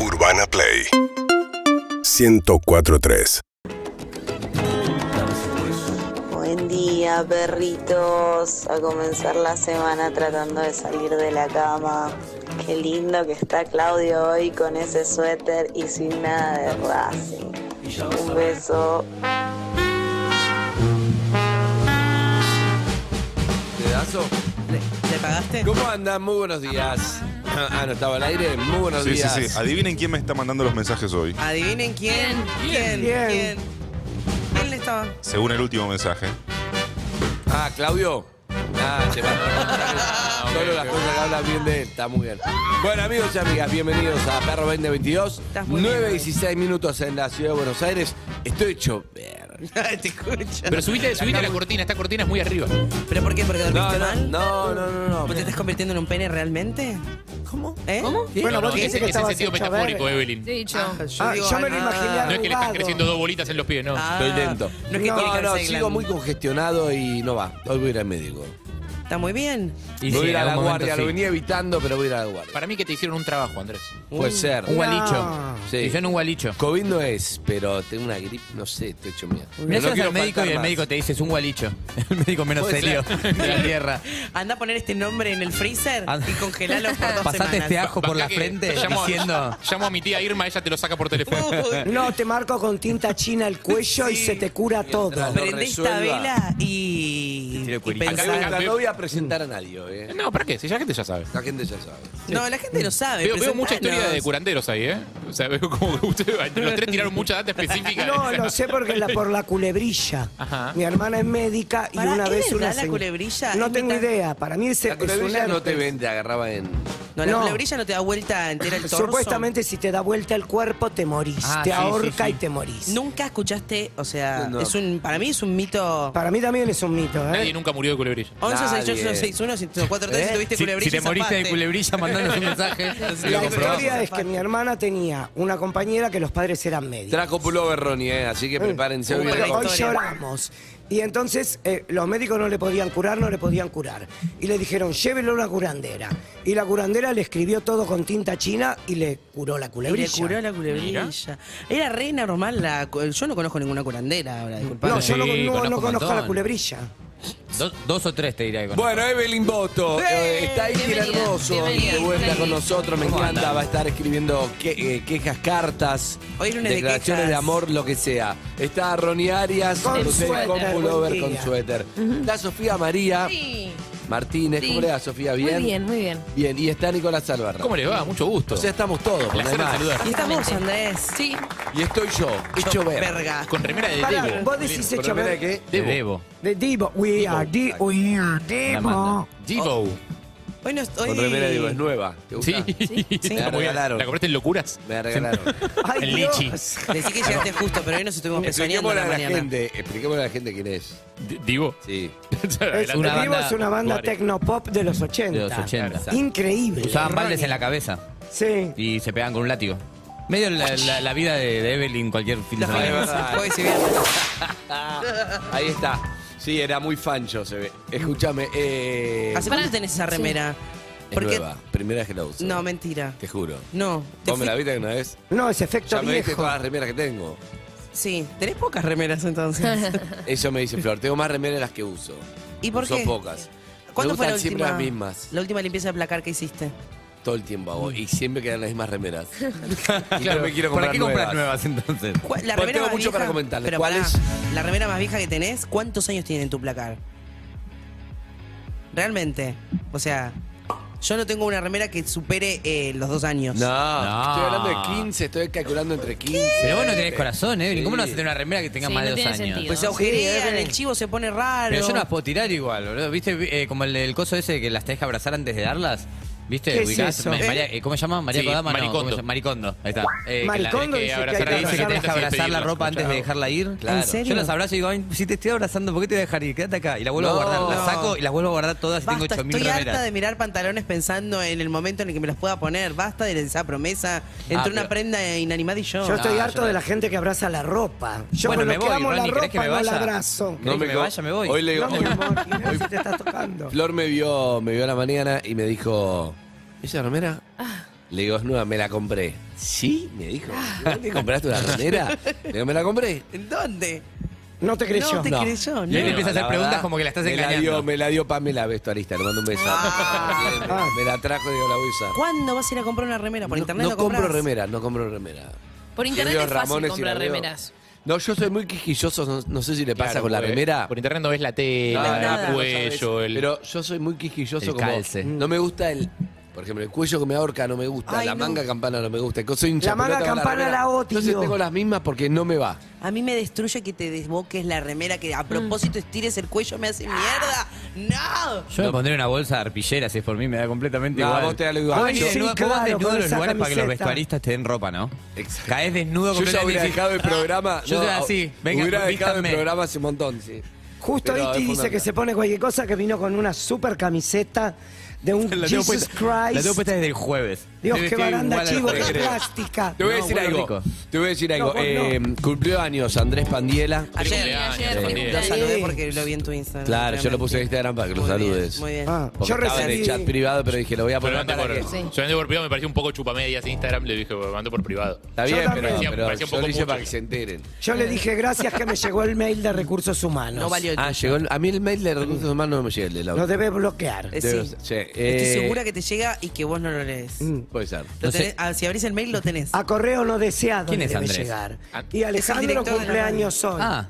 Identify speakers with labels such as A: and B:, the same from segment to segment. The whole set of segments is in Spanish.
A: Urbana Play 1043
B: Buen día, perritos. A comenzar la semana tratando de salir de la cama. Qué lindo que está Claudio hoy con ese suéter y sin nada de Racing. Un beso.
C: Pedazo.
D: ¿Le, le pagaste?
C: ¿Cómo andan? Muy buenos días. Ah, no estaba al aire. Muy buenos
E: Sí, sí,
C: días.
E: sí. Adivinen quién me está mandando los mensajes hoy.
D: Adivinen quién.
C: ¿Quién?
D: ¿Quién? ¿Quién? ¿Quién le estaba?
E: Según el último mensaje.
C: Ah, Claudio. Ah, te mando Solo las cosas que hablan bien de él. Está muy bien. Bueno, amigos y amigas, bienvenidos a Perro 2022.
D: Estás muy
C: 9 y
D: bien.
C: 16 minutos en la ciudad de Buenos Aires. Estoy hecho. ver-
D: Te escucho.
F: Pero subite, subite la cortina, esta cortina es muy arriba.
D: ¿Pero por qué? ¿Porque
C: No,
D: dormiste
C: no,
D: mal?
C: no, no, no,
D: ¿Vos te
C: no.
D: estás convirtiendo en un pene realmente? ¿Cómo? ¿Eh?
G: ¿Cómo?
F: Bueno,
D: vos dijiste
F: ese,
D: que
F: ese
H: estabas
F: sentido
H: hecho a
F: metafórico,
H: ver.
F: Evelyn.
H: Te he dicho.
D: Ah, yo
G: Ah,
D: digo,
G: yo me lo
D: ah,
G: imaginé
F: No es que le están
G: arrugado.
F: creciendo dos bolitas en los pies, no.
D: Ah,
C: Estoy lento.
D: No es que tiene
C: no,
D: cáncer
C: no,
D: de
C: sigo
D: glándula.
C: muy congestionado y no va. Hoy voy a ir al médico.
D: Está muy bien.
C: voy a ir a la guardia, lo venía evitando, pero voy a ir a la guardia.
F: Para mí que te hicieron un trabajo, Andrés.
C: Puede ser.
F: Mm, Un gualicho.
G: Ah.
C: Sí.
F: Te hicieron un gualicho.
C: COVID no es, pero tengo una gripe, no sé, estoy hecho miedo.
G: Mirá
C: No quiero faltar más.
F: te dice, es un gualicho. El médico menos
C: Puede ser.
F: de la tierra.
D: Anda a poner este nombre en el freezer
G: Anda.
D: y congelalo por dos
G: Pasate
D: semanas.
G: este ajo por
F: Bancá
G: la
F: que
G: frente
F: llamo a-
G: diciendo.
F: Llamo a mi tía Irma, ella te lo saca por teléfono.
D: Uy,
G: No, te marco con tinta china el cuello y se te cura todo.
C: Mientras lo
D: Prende esta
C: resuelva.
D: vela y,
G: tiro
D: y
G: el cuerito.
C: Acá
D: pensá.
F: Acá
C: no voy a presentar a nadie, hoy, eh.
F: No, ¿para qué? Si ya la gente ya sabe.
C: La gente ya sabe.
D: No, la gente lo sabe.
F: Veo, veo mucha historia de
D: presentanos.
F: curanderos ahí, ¿eh? O sea, veo como que ustedes, entre los tres tiraron mucha data específica.
G: No, lo sé porque la, por la culebrilla.
F: Ajá.
G: Mi hermana es médica y
D: Pará,
G: una
D: ¿es
G: vez
D: verdad
G: una
D: la
G: señora-
D: culebrilla?
G: No
D: Es
G: tengo
D: mitad-
G: idea. Para mí es,
C: La
G: es una
C: culebrilla no te
G: herpes.
C: vende, agarraba en.
D: No, la
G: No.
D: culebrilla no te da vuelta entera el torso.
G: Supuestamente si te da vuelta el cuerpo te morís,
F: Ah,
G: te
F: sí, sí,
G: ahorca
F: sí.
G: y te morís.
D: Nunca escuchaste, o sea,
C: No.
D: es un, para mí es un mito.
G: Para mí también es un mito, ¿eh?
F: Nadie nunca murió de culebrilla.
D: 11681641
C: ¿Eh?
D: si tuviste Este culebrilla. zafate.
F: culebrilla, mandanos un mensaje.
D: Lo
G: La
D: comprobamos.
G: historia es que mi hermana tenía una compañera que los padres eran médicos.
C: Traco pullover, Ronnie, eh. Así que prepárense
D: Uh,
C: hoy.
D: buena
G: Pero hoy
C: Traco-
D: historia.
G: lloramos. Y entonces eh, los médicos no le podían curar, no le podían curar. Y le dijeron, llévelo a una curandera. Y la curandera le escribió todo con tinta china y le curó la
D: Y le
G: culebrilla.
D: curó la culebrilla. Era re normal la. cu- Yo no conozco ninguna curandera ahora, disculpame.
G: No, yo no,
I: Sí,
G: no- no
I: conozco un
G: conozco
I: montón.
G: la culebrilla.
I: Do- dos o tres te diré. que conozco.
C: Bueno, Evelyn Boto, eh, está ahí el
H: Bienvenida,
C: hermoso,
H: bienvenida,
C: de vuelta
H: bienvenida.
C: con nosotros, me
I: ¿Cómo
C: encanta,
I: andan?
C: va a estar escribiendo que- eh, quejas, cartas,
D: Hoy lunes de
C: declaraciones de,
D: quejas.
C: amor, lo que sea. Está Ronnie Arias,
G: Con
C: Lucero, con
G: suéter,
C: pullover,
G: buen
C: con
G: día.
C: suéter. Está Sofía María
H: Sí.
C: Martínez,
H: Sí.
C: ¿cómo le va Sofía? ¿Bien?
H: Muy bien, muy bien.
C: Bien, y está Nicolás Álvarez.
F: ¿Cómo les va? Mucho gusto.
C: O sea, estamos todos, por
F: Placer en
C: demás.
F: saludar.
D: Y estamos,
H: Exactamente.
D: Andrés.
H: Sí.
C: Y estoy yo, hecho ver.
D: Verga.
F: Con remera de
G: Pará,
F: Debo.
G: vos decís
C: Pero
G: hecho
C: mira
G: ver-
C: que-
I: De Debo.
G: De Divo. We are Di- we are
I: La
G: Divo.
I: manda.
F: Debo.
I: Oh,
D: Hoy no estoy.
C: Con remera digo, es nueva. ¿Te
F: Sí.
C: gusta?
F: Está
C: La
F: muy bien.
C: regalaron.
F: ¿La compraste en locuras?
C: Me la regalaron.
G: Ay,
I: El
G: Dios.
I: lichi.
D: Decí que llegaste justo, pero hoy nos estuvimos pesoñando a
C: Expliquémosle
D: la
C: a la
D: mañana.
C: gente, expliquémosle a la gente quién es.
F: D- Divo.
C: Sí.
G: Es,
I: Adelante.
G: Divo
I: Una banda-
G: es una banda
I: Juárez.
G: tecnopop de los 80.
I: De los 80.
G: Increíble.
I: Usaban baldes en la cabeza
G: Sí.
I: y se pegaban con un látigo. Medio la, la- la vida de, de Evelyn cualquier fin de
D: Los
C: es
I: semana.
C: verdad.
D: fines- jueves y viernes.
C: Ahí está. Sí, era muy fancho, se ve. Escúchame, eh.
D: ¿Hace cuánto tenés esa remera?
C: es nueva. Primera vez que la uso.
D: No, mentira.
C: Te juro.
D: No. te
C: ¿Vos me
D: fui-
C: la viste alguna vez?
G: No, es efecto
C: Ya me viste
G: viejo.
C: todas las remeras que tengo.
D: Sí, tenés pocas remeras entonces.
C: Eso me dice Flor, tengo más remeras de las que uso.
D: ¿Y por
C: Uso
D: qué?
C: pocas.
D: ¿Cuándo
C: me
D: fue
C: gustan
D: la
C: siempre las
D: última?
C: mismas.
D: La última limpieza de placar que hiciste.
C: Todo el tiempo hago. Y siempre quedan las mismas remeras. y
I: Claro,
C: no me quiero
I: ¿Para
C: comprar
I: qué compras nuevas entonces?
D: ¿Cuál- La
C: Bueno,
D: remera
C: tengo
D: más
C: mucho
D: vieja-
C: para comentarles.
D: Pero
C: ¿Cuál
D: pará,
C: es?
D: La remera más vieja que tenés, ¿cuántos años tiene en tu placar? Realmente. O sea, yo no tengo una remera que supere eh, los dos años.
C: No,
I: No.
C: estoy hablando de 15, estoy calculando entre 15.
I: Ah. Pero vos no tenés corazón, eh. Evelyn. ¿Cómo no vas a
C: Sí.
I: tener una remera que tenga
H: Sí,
I: más de
H: no
I: dos
H: tiene
I: años?
H: sentido.
D: Pues
H: Sí,
D: se agujerean,
G: debe.
D: el chivo se pone raro.
I: Pero yo no las puedo tirar igual, boludo. ¿Viste? Eh, como el, el coso ese que las tenés que abrazar antes de darlas. ¿Viste?
G: ¿Qué es
I: Ubicás,
G: eso?
I: Ma-
G: Eh,
I: María- eh, ¿cómo se llama? María
F: sí,
I: Kodama, no,
F: Maricondo.
I: ¿cómo se llama? Maricondo. Ahí está. Eh,
G: Maricondo
F: que
G: dice que
F: abrazar
G: hay que
I: que dice que
G: abrazar
I: tenés
G: las
I: que abrazar la ropa antes de dejarla ir.
C: Claro. ¿En
D: serio?
I: Yo las abrazo y digo, "Ay, si te estoy abrazando, ¿por qué te voy a dejar ir? Quédate acá. Y la vuelvo
C: No.
I: a guardar. La saco y las vuelvo a guardar todas y
D: Basta,
I: tengo 8000
D: estoy harta
I: remeras.
D: de mirar pantalones pensando en el momento en el que me los pueda poner. Basta de esa promesa entre
I: Ah,
D: una
I: pero-
D: prenda inanimada y yo.
G: Yo estoy
I: Ah,
G: harto
I: yo
G: de
I: no.
G: la gente que abraza la ropa. Yo
I: Bueno,
G: con
I: me
G: los que
I: voy,
G: amo la
I: Ronnie,
G: ropa
I: ¿querés que me
G: no la
I: vaya?
G: abrazo.
I: ¿Querés que me
C: co-
I: vaya? Me voy.
C: Hoy le
G: No, mi
C: hoy-
G: amor, mirá si te estás tocando.
A: Ah.
C: Flor me vio, me vio a la mañana y me dijo, ¿esa remera? Le digo, es nueva, me la compré. ¿Sí? Me dijo. ¿No ¿Te compraste una remera? Le digo, me la compré.
D: ¿En dónde?
G: No te creyó.
D: No te
C: No.
D: creyó,
I: Y ahí le
D: no.
I: empieza a hacer
C: La
I: preguntas
C: verdad,
I: como que la estás
C: me
I: engañando.
C: dio, me la dio Pamela, vestuarista, le mando un beso.
G: Ah.
C: Me la trajo y digo, la voy a usar.
D: ¿Cuándo vas a ir a comprar una remera? ¿Por
C: no,
D: internet
C: no
D: la
C: compro
D: compras?
C: remera, no compro remera.
A: Por
C: Yo
A: internet
C: veo
A: es fácil
C: Ramones y
A: comprar
C: la veo.
A: remeras.
C: No, yo soy muy quisquilloso, no, no sé si le pasa
F: Claro,
C: con la
F: porque
C: remera.
F: Por internet no ves la
C: No,
F: tela,
C: nada,
F: el
C: no
F: cuello,
C: sabes.
F: el.
C: Pero yo soy muy quisquilloso
I: el
C: como-
I: calce.
C: No me gusta el. Por ejemplo, el cuello que me ahorca no me gusta,
D: Ay,
C: la
D: no.
C: manga campana no me gusta. Soy hincha
G: La manga
C: pelota con
G: campana
C: remera.
G: la odio.
C: Entonces tengo las mismas porque no me va.
D: A mí me destruye que te desboques la remera, que a
A: Mm.
D: propósito estires el cuello, me hace
A: Ah.
D: mierda. ¡No!
I: Yo me pondría una bolsa de arpillera si es por mí, me da completamente
C: No,
I: igual.
C: vos te da lo igual.
I: Vos,
C: Ay,
I: desnudo-
G: sí,
I: vos vas
G: claro,
I: desnudo
G: con
I: en los
G: esa
I: lugares para que los
G: camiseta.
I: vestuaristas te den ropa, ¿no?
C: Exacto.
I: Caes desnudo
C: Yo ya
I: completamente.
C: hubiera
I: y decís,
C: dejado el programa.
I: "Ah, Yo
C: no,
I: soy así. Venga,
C: hubiera dejado el
I: vístanme".
C: programa hace un montón, sí.
G: Justo
C: Pero
G: Iti
C: es
G: dice que
C: fundamental.
G: se pone cualquier cosa que vino con una super camiseta de un
I: La tengo,
G: Jesus
I: puesta,
G: Christ.
I: la tengo puesta desde el jueves.
G: Dios,
I: Estoy
G: qué
I: vestido
G: baranda
I: igual al
G: chivo, qué
I: jueves.
G: plástica.
C: Te voy a
I: No,
C: decir
I: bueno,
C: algo.
I: rico.
C: Te voy a decir
G: No,
C: algo.
G: vos no.
C: Eh, cumplió años Andrés Pandiela.
A: Sí,
D: Ayer.
A: ayer,
F: Ayer,
A: feliz
D: Lo
A: cumpleaños.
D: saludé porque lo vi en tu Instagram.
C: Eh, Claro, yo lo puse en Instagram para que lo
D: Muy bien,
C: saludes.
D: muy bien.
G: Ah,
C: Porque
G: yo
C: estaba en
G: recibí.
C: el chat privado, pero dije, lo voy a
F: Yo lo
C: poner
F: mandé
C: para
F: por,
C: que...
A: Sí.
F: yo lo mandé por privado, me pareció un poco chupamedias Instagram, le dije, lo mando por privado.
C: Está
G: Yo
C: bien, pero,
G: también.
C: pero
F: Parecía un
C: yo
F: poco
C: lo hice
F: mucho.
C: para que se enteren.
G: Yo le dije gracias que me llegó el mail de recursos humanos.
D: No valió el
C: Ah, llegó... el- A mí el mail de recursos humanos no me llega el de la...
G: Lo debe bloquear.
D: Eh,
C: Debe-
D: sí.
C: sí,
D: Estoy
C: eh,
D: segura que te llega y que vos no lo lees.
G: Mm.
C: Puede ser.
D: Lo
I: No sé.
D: tenés- ah, si abrís el mail, lo tenés.
G: A correo no deseado
I: ¿Quién
G: le
I: es
G: debe
I: Andrés?
G: llegar.
F: Ah,
G: Y Alejandro
D: director de la
G: cumpleaños hoy.
I: Ah,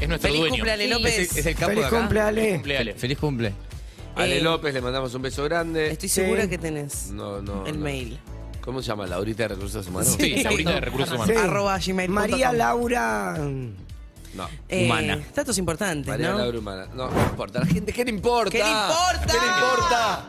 F: Es nuestro
D: Feliz
F: dueño.
D: cumple, Ale López.
I: es, es el capo
G: Feliz
I: de acá.
G: cumpleaños.
F: Cumple, Ale.
I: Feliz cumple.
C: Ale
D: Eh,
C: López, le mandamos un beso grande.
D: Estoy
G: Sí.
D: segura que tenés
C: No, no,
D: el
C: no.
D: mail.
C: ¿Cómo se llama? ¿La ahorita de recursos humanos?
F: Sí, es ahorita de recursos humanos.
D: Arroba gmail.com.
G: María Laura.
C: No.
D: Eh,
I: Humana.
D: Datos importantes,
C: María
D: ¿no?
C: Laura Humana. No, no importa. La gente, ¿qué le importa?
D: ¿Qué le importa?
C: ¿Qué le importa?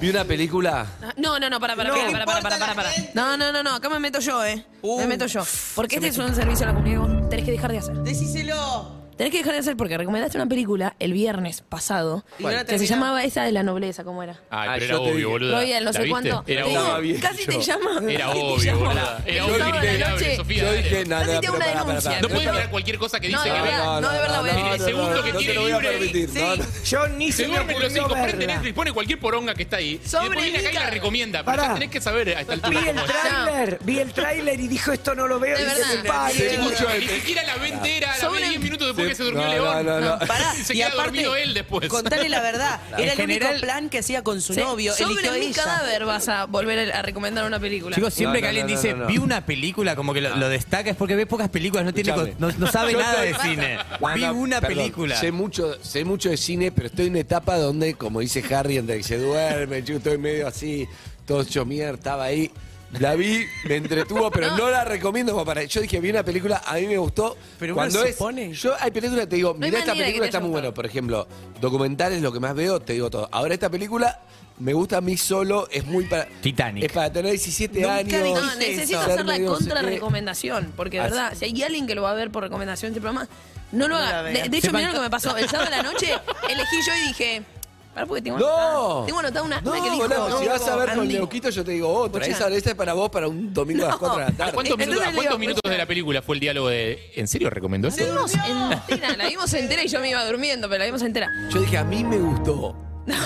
C: Vi una película.
A: Ah, No, no, no, para, para,
D: No.
A: para,
D: ¿Qué
A: para,
D: le
A: para,
D: importa
A: para,
D: a la
A: para, para.
D: gente?
A: No, no, no, no, acá me meto yo, eh.
D: Uh.
A: me meto yo. Porque este es un servicio a la comunidad que vos tenés que dejar de hacer.
D: Uh, Decíselo.
A: Tenés que dejar de hacer porque recomendaste una película el viernes pasado
D: Y no la
A: que se
D: terminás.
A: llamaba esa de la nobleza, ¿cómo era?
F: Ay,
C: Ah,
F: pero
C: yo
F: era
C: te
F: obvio,
C: dije.
F: boludo.
A: Lo oía, no sé cuánto.
F: Era
A: Te
C: Estaba
A: digo,
F: obvio.
C: bien
A: casi te
C: yo.
A: llama.
F: Era
A: casi te
F: obvio,
A: llama.
F: boluda. Era
A: El
F: obvio
A: sábado
F: que
A: de
F: te
A: la noche.
F: abre, Sofía.
C: Yo
F: dale.
C: dije nada.
A: Casi te hago una
C: pero pará, pará,
A: denuncia.
C: pará.
F: No
A: pero-
F: puedes mirar cualquier cosa que dice
A: No, de
F: que
A: verdad,
F: vea.
A: no, de verdad voy a decir.
F: El segundo que
C: te
F: tiene
C: lo voy a
F: libre.
C: permitir.
A: Sí.
C: No, no.
G: Yo ni
F: Se
G: se me
F: duerme los
G: ocurrió
F: cinco, prende
G: verla.
F: Netflix, pone cualquier poronga que está ahí. Y
A: Sobre
F: después viene acá y
A: Vita.
F: la recomienda. Pero
G: Pará.
F: ya tenés que saber a esta
G: Vi
F: altura
G: el
F: cómo es.
G: tráiler, vi el tráiler y dijo esto no lo veo
A: De
G: y se
A: verdad.
G: me pare.
C: Sí, mucho
F: Ni siquiera la ven entera, la
A: Sobre-
F: ve 10 minutos después que se durmió
C: No,
F: León.
C: no, no, no.
D: Pará,
F: Se
D: y
F: queda
D: aparte,
F: dormido él después.
D: Contale la verdad. Era el
I: En general-
D: único plan que hacía con su
A: Sí,
D: novio.
A: Sobre
D: eligió
A: mi
D: ella.
A: cadáver vas a volver a recomendar una película.
I: Chicos, siempre
C: No, no,
I: que alguien
C: no, no,
I: dice,
C: no, no.
I: vi una película, como que lo, lo destaca, es porque ve pocas películas, no, tiene,
C: Escuchame.
I: co- no, no sabe
C: Yo
I: nada de
C: estoy-
I: cine.
C: No,
I: vi
C: no,
I: una
C: perdón.
I: película.
C: Sé mucho, sé mucho de cine, pero estoy en una etapa donde, como dice Harry, entre que se duerme, yo estoy medio así, todo hecho mierda, estaba ahí. La vi, me entretuvo, pero no, la recomiendo como para. Yo dije, vi una película, a mí me gustó.
D: Pero uno
C: cuando es.
D: supone.
C: Yo hay películas que te digo,
A: No hay
C: mira esta
A: manera que
C: película
A: te
C: está
A: haya
C: muy buena.
A: gustado.
C: Por ejemplo, documentales, lo que más veo, te digo todo. Ahora esta película. Me gusta a mí solo, es muy para.
I: Titanic.
C: Es para tener 17
D: Nunca
C: años.
D: dijiste
A: No, necesito
C: ser
A: hacer la
C: medio no sé
A: contra
C: qué.
A: recomendación, porque de
C: Así.
A: verdad, si hay alguien que lo va a ver por recomendación de este programa, no lo
D: No la
A: haga.
D: vea.
A: De, de hecho,
I: Sepan-
A: mirá lo que me pasó. El sábado a la noche elegí yo y dije, para porque tengo
C: ¡No!
A: anotada. Tengo anotada una,
C: no,
A: una que elijo.
C: boludo,
A: No,
C: si vas a ver con
A: Andy.
C: Neuquito, yo te digo otra. Esa, esa es para vos para un domingo a las
A: No.
C: 4 de la
F: ¿A
C: tarde.
F: cuántos minutos, a
A: Entonces le digo,
F: cuántos minutos de la película fue el diálogo de. ¿En serio recomendó
A: La
F: esto?
A: vimos entera, la vimos entera y yo me iba durmiendo, pero la vimos entera.
C: Yo dije, a mí me gustó,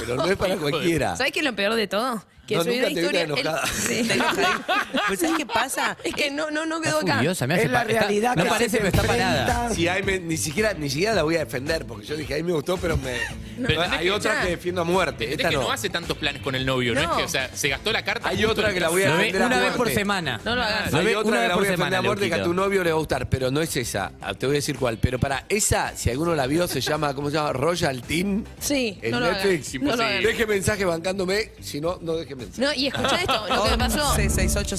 C: pero no es para cualquiera.
A: ¿Sabes qué es lo peor de todo? Que
C: No,
A: subí
C: nunca
A: una
C: te vi tan
A: historia. él-
C: enojada.
A: Sí.
D: Está enojadísima. Pues, ¿sabes qué pasa? Eh,
A: Es que no, no, no
I: Está
A: quedó acá.
I: furiosa, me hace
G: Es la
I: pa- está-
G: realidad
I: No
G: que
I: parece,
G: se te
I: pero está parada.
G: enfrenta.
C: Si hay, me- ni, siquiera, ni siquiera la voy a defender, porque yo dije, a mí me gustó, pero me.
F: No.
C: Pero hay
F: Tenés que
C: otra
A: escuchar.
C: que defiendo a muerte.
F: Es
C: Esta
F: que no
C: no.
F: hace tantos planes con el novio, ¿no?
A: No.
F: es que, o sea, se gastó la carta.
C: Hay
F: justo
C: otra
F: en
C: que
F: el
C: la voy a
I: Lo
F: casamiento.
C: defender
I: ve
C: a
I: una vez por
C: muerte.
I: semana.
A: No lo hagas.
I: Lo
C: Hay
I: ve
C: Ah, otra
I: una
C: que
I: vez
C: la
I: por
C: voy a defender
I: semana,
C: a muerte que a
I: Luquito.
C: tu novio le va a gustar, pero no es esa. Ah, Te voy a decir cuál. Pero para esa, si alguno la vio, se llama, ¿cómo se llama? Royal Team.
A: Sí,
C: En
A: no lo
C: Netflix.
A: hagas. No lo hagas.
C: Deje mensaje bancándome, si no, no deje mensaje.
A: No, y escuchá esto, lo que me pasó.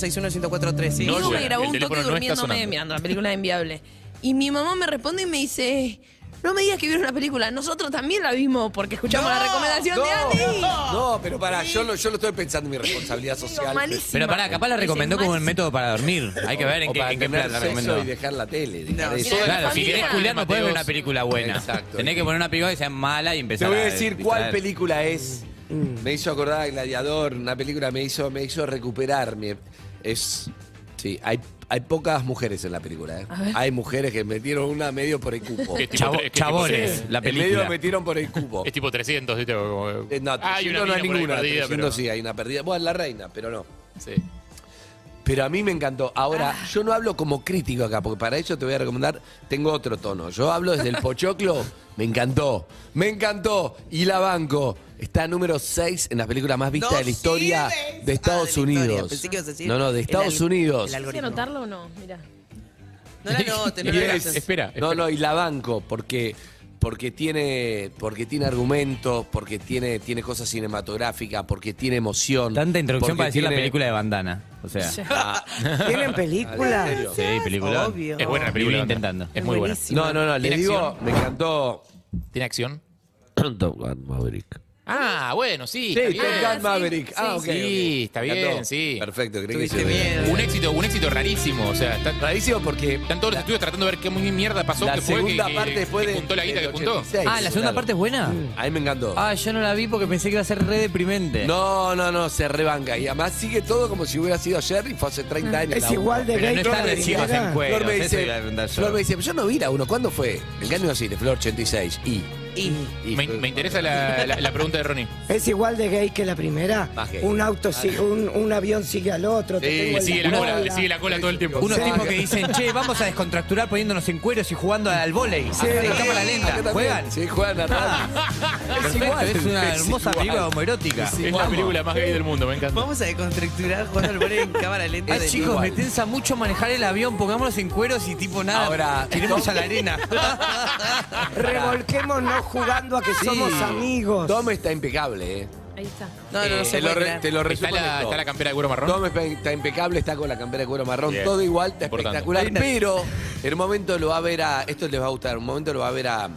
D: 6861-1043, ¿sí?
F: No
A: Diego
F: llega,
A: me grabó
F: el
A: un toque
F: teléfono no está
A: durmiéndome
F: sonando.
A: mirando la película de Inviable. Y mi mamá me responde y me dice, no me digas que vieron una película, nosotros también la vimos porque escuchamos la recomendación de Andy.
C: no, pero pará, yo lo, yo lo estoy pensando en mi responsabilidad social.
A: malísimo.
I: Pero pará, capaz la
A: Ese
I: recomendó como un
A: malísimo.
I: método para dormir. Hay que ver en
C: O
I: qué,
C: para
I: en qué
C: tener
I: plan la
C: sexo
I: recomendó.
C: y dejar la tele. dejar
D: No,
C: eso.
A: mira,
I: Claro, si
A: Familia.
I: querés culiar no podés ver una película buena.
C: Exacto.
I: Tenés que poner una película que sea mala y
C: Te
I: empezar
C: voy a
I: a
C: decir cuál
I: distraer.
C: película es.
A: Mm.
C: Me hizo acordar a Gladiador, una película me hizo, me hizo recuperarme. Es Sí, hay, hay pocas mujeres en la película. ¿eh?
A: A ver.
C: Hay mujeres que metieron una medio por el cupo.
F: Es tipo
I: Chavo-
F: tre- es que
I: chabones,
F: tipo-
I: la
C: En medio
I: película.
C: la metieron por el cupo.
F: Es tipo 300, ¿viste? Como-
C: Eh, No, 300
F: Ah, hay una
C: no
F: mina
C: hay
F: por ahí
C: ninguna.
F: perdida,
C: 300
F: pero-
C: sí, hay una perdida. Bueno, la reina, pero no.
F: Sí.
C: Pero a mí me encantó. Ahora,
D: Ah.
C: yo no hablo como crítico acá, porque para eso te voy a recomendar, tengo otro tono. Yo hablo desde el pochoclo, me encantó, me encantó, y la banco. Está número 6 en las películas más vistas
D: No
C: de la historia
D: sirves.
C: de
D: Ah,
C: Estados
D: de la historia.
C: Unidos.
D: Pensé que ibas a decir
C: no, no, de
D: el
C: Estados
D: alg-
C: Unidos.
D: el
A: ¿Puedes
D: algoritmo.
A: anotarlo o no? Mirá.
D: No la anotes, no
F: Y
D: la
F: es-
D: anotes.
F: espera,
C: No,
F: espera.
C: no, y la banco, porque, porque tiene, porque tiene argumentos, porque tiene, tiene cosas cinematográficas, porque tiene emoción.
I: Tanta introducción
C: porque
I: para decir la
C: tiene-
I: película de bandana. O sea, sí,
C: Ah,
G: ¿Tienen película?
C: ¿en serio?
I: película.
G: Obvio.
F: Es buena la
I: Viví
F: película. onda.
I: intentando.
F: Es muy buena.
G: Buenísimo.
C: No, no, no, le
F: ¿Tiene
C: digo,
F: acción?
C: me encantó.
F: ¿Tiene acción?
C: Top Gun Maverick.
F: Ah, bueno, sí.
C: Sí,
F: está
C: Top
F: bien.
C: Gun Maverick. ah, ok.
F: sí. Sí, está
C: Me encantó.
F: bien, sí.
C: Perfecto, creí que
D: Tuviste
C: se veía.
D: miedo.
F: Un éxito, un éxito rarísimo. O sea, está-
C: Rarísimo porque.
F: están todos los estudios tratando de ver qué muy mierda pasó.
C: La
F: que fue, que-
C: segunda
F: que-
C: parte
F: que
C: después de.
F: juntó la guita
C: del
F: que juntó.
C: 86,
I: Ah, la segunda
C: claro.
I: parte es buena.
C: A mí me encantó.
I: Ah, yo no la vi porque pensé que iba a ser re deprimente.
C: No, no, no, se rebanca. Y además sigue todo como si hubiera sido ayer y fue hace 30 años.
G: Es
C: la
G: igual de
I: Pero
G: gay
I: no
G: que la
I: están encima en
G: original.
I: cuero.
C: Flor me dice, Flor me
I: dice.
C: dice, yo no vi la uno, ¿cuándo fue? El Caño de Cine, Flor 86. Y.
D: Y
C: y-
F: Me, me interesa la, la- la pregunta de Ronnie.
G: Es igual de gay que la primera.
C: Más gay.
G: Un auto, sigue- un, un avión sigue al otro. te
C: Sí,
G: tengo
F: Le
G: en
F: sigue la
G: cola.
F: cola, le sigue la cola todo el tiempo.
I: Unos
G: Sí.
I: tipos que dicen, che, vamos a descontracturar poniéndonos en cueros y jugando al volei.
G: Sí.
I: en cámara
C: Acá
I: lenta.
C: también.
I: Juegan.
C: Sí, juegan a rally.
I: Perfecto,
C: igual,
I: es una
C: es
I: hermosa
C: igual.
I: película homoerótica.
F: Es la película más gay del mundo, me encanta.
D: Vamos a desconstructurar jugando al volei en cámara lenta.
I: Ah,
D: de
I: chicos,
D: Lugo.
I: me tensa mucho manejar el avión, pongámonos en cueros y tipo nada.
C: Ahora,
I: tiremos a la arena.
G: Revolquémonos jugando a que somos amigos.
C: Tom está impecable, ¿eh?
A: Ahí está.
D: No, no, no
C: Eh,
D: se
C: te, lo
D: puede
C: re-
D: creer.
C: te lo
F: ¿Está
C: resumo en
F: la,
C: esto.
F: está la campera de cuero marrón?
C: Tom está, está impecable, está con la campera de cuero marrón,
F: Bien.
C: todo igual, está
F: Importante.
C: espectacular. Pero en un momento lo va a ver a. Esto les va a gustar, en un momento lo va a ver a.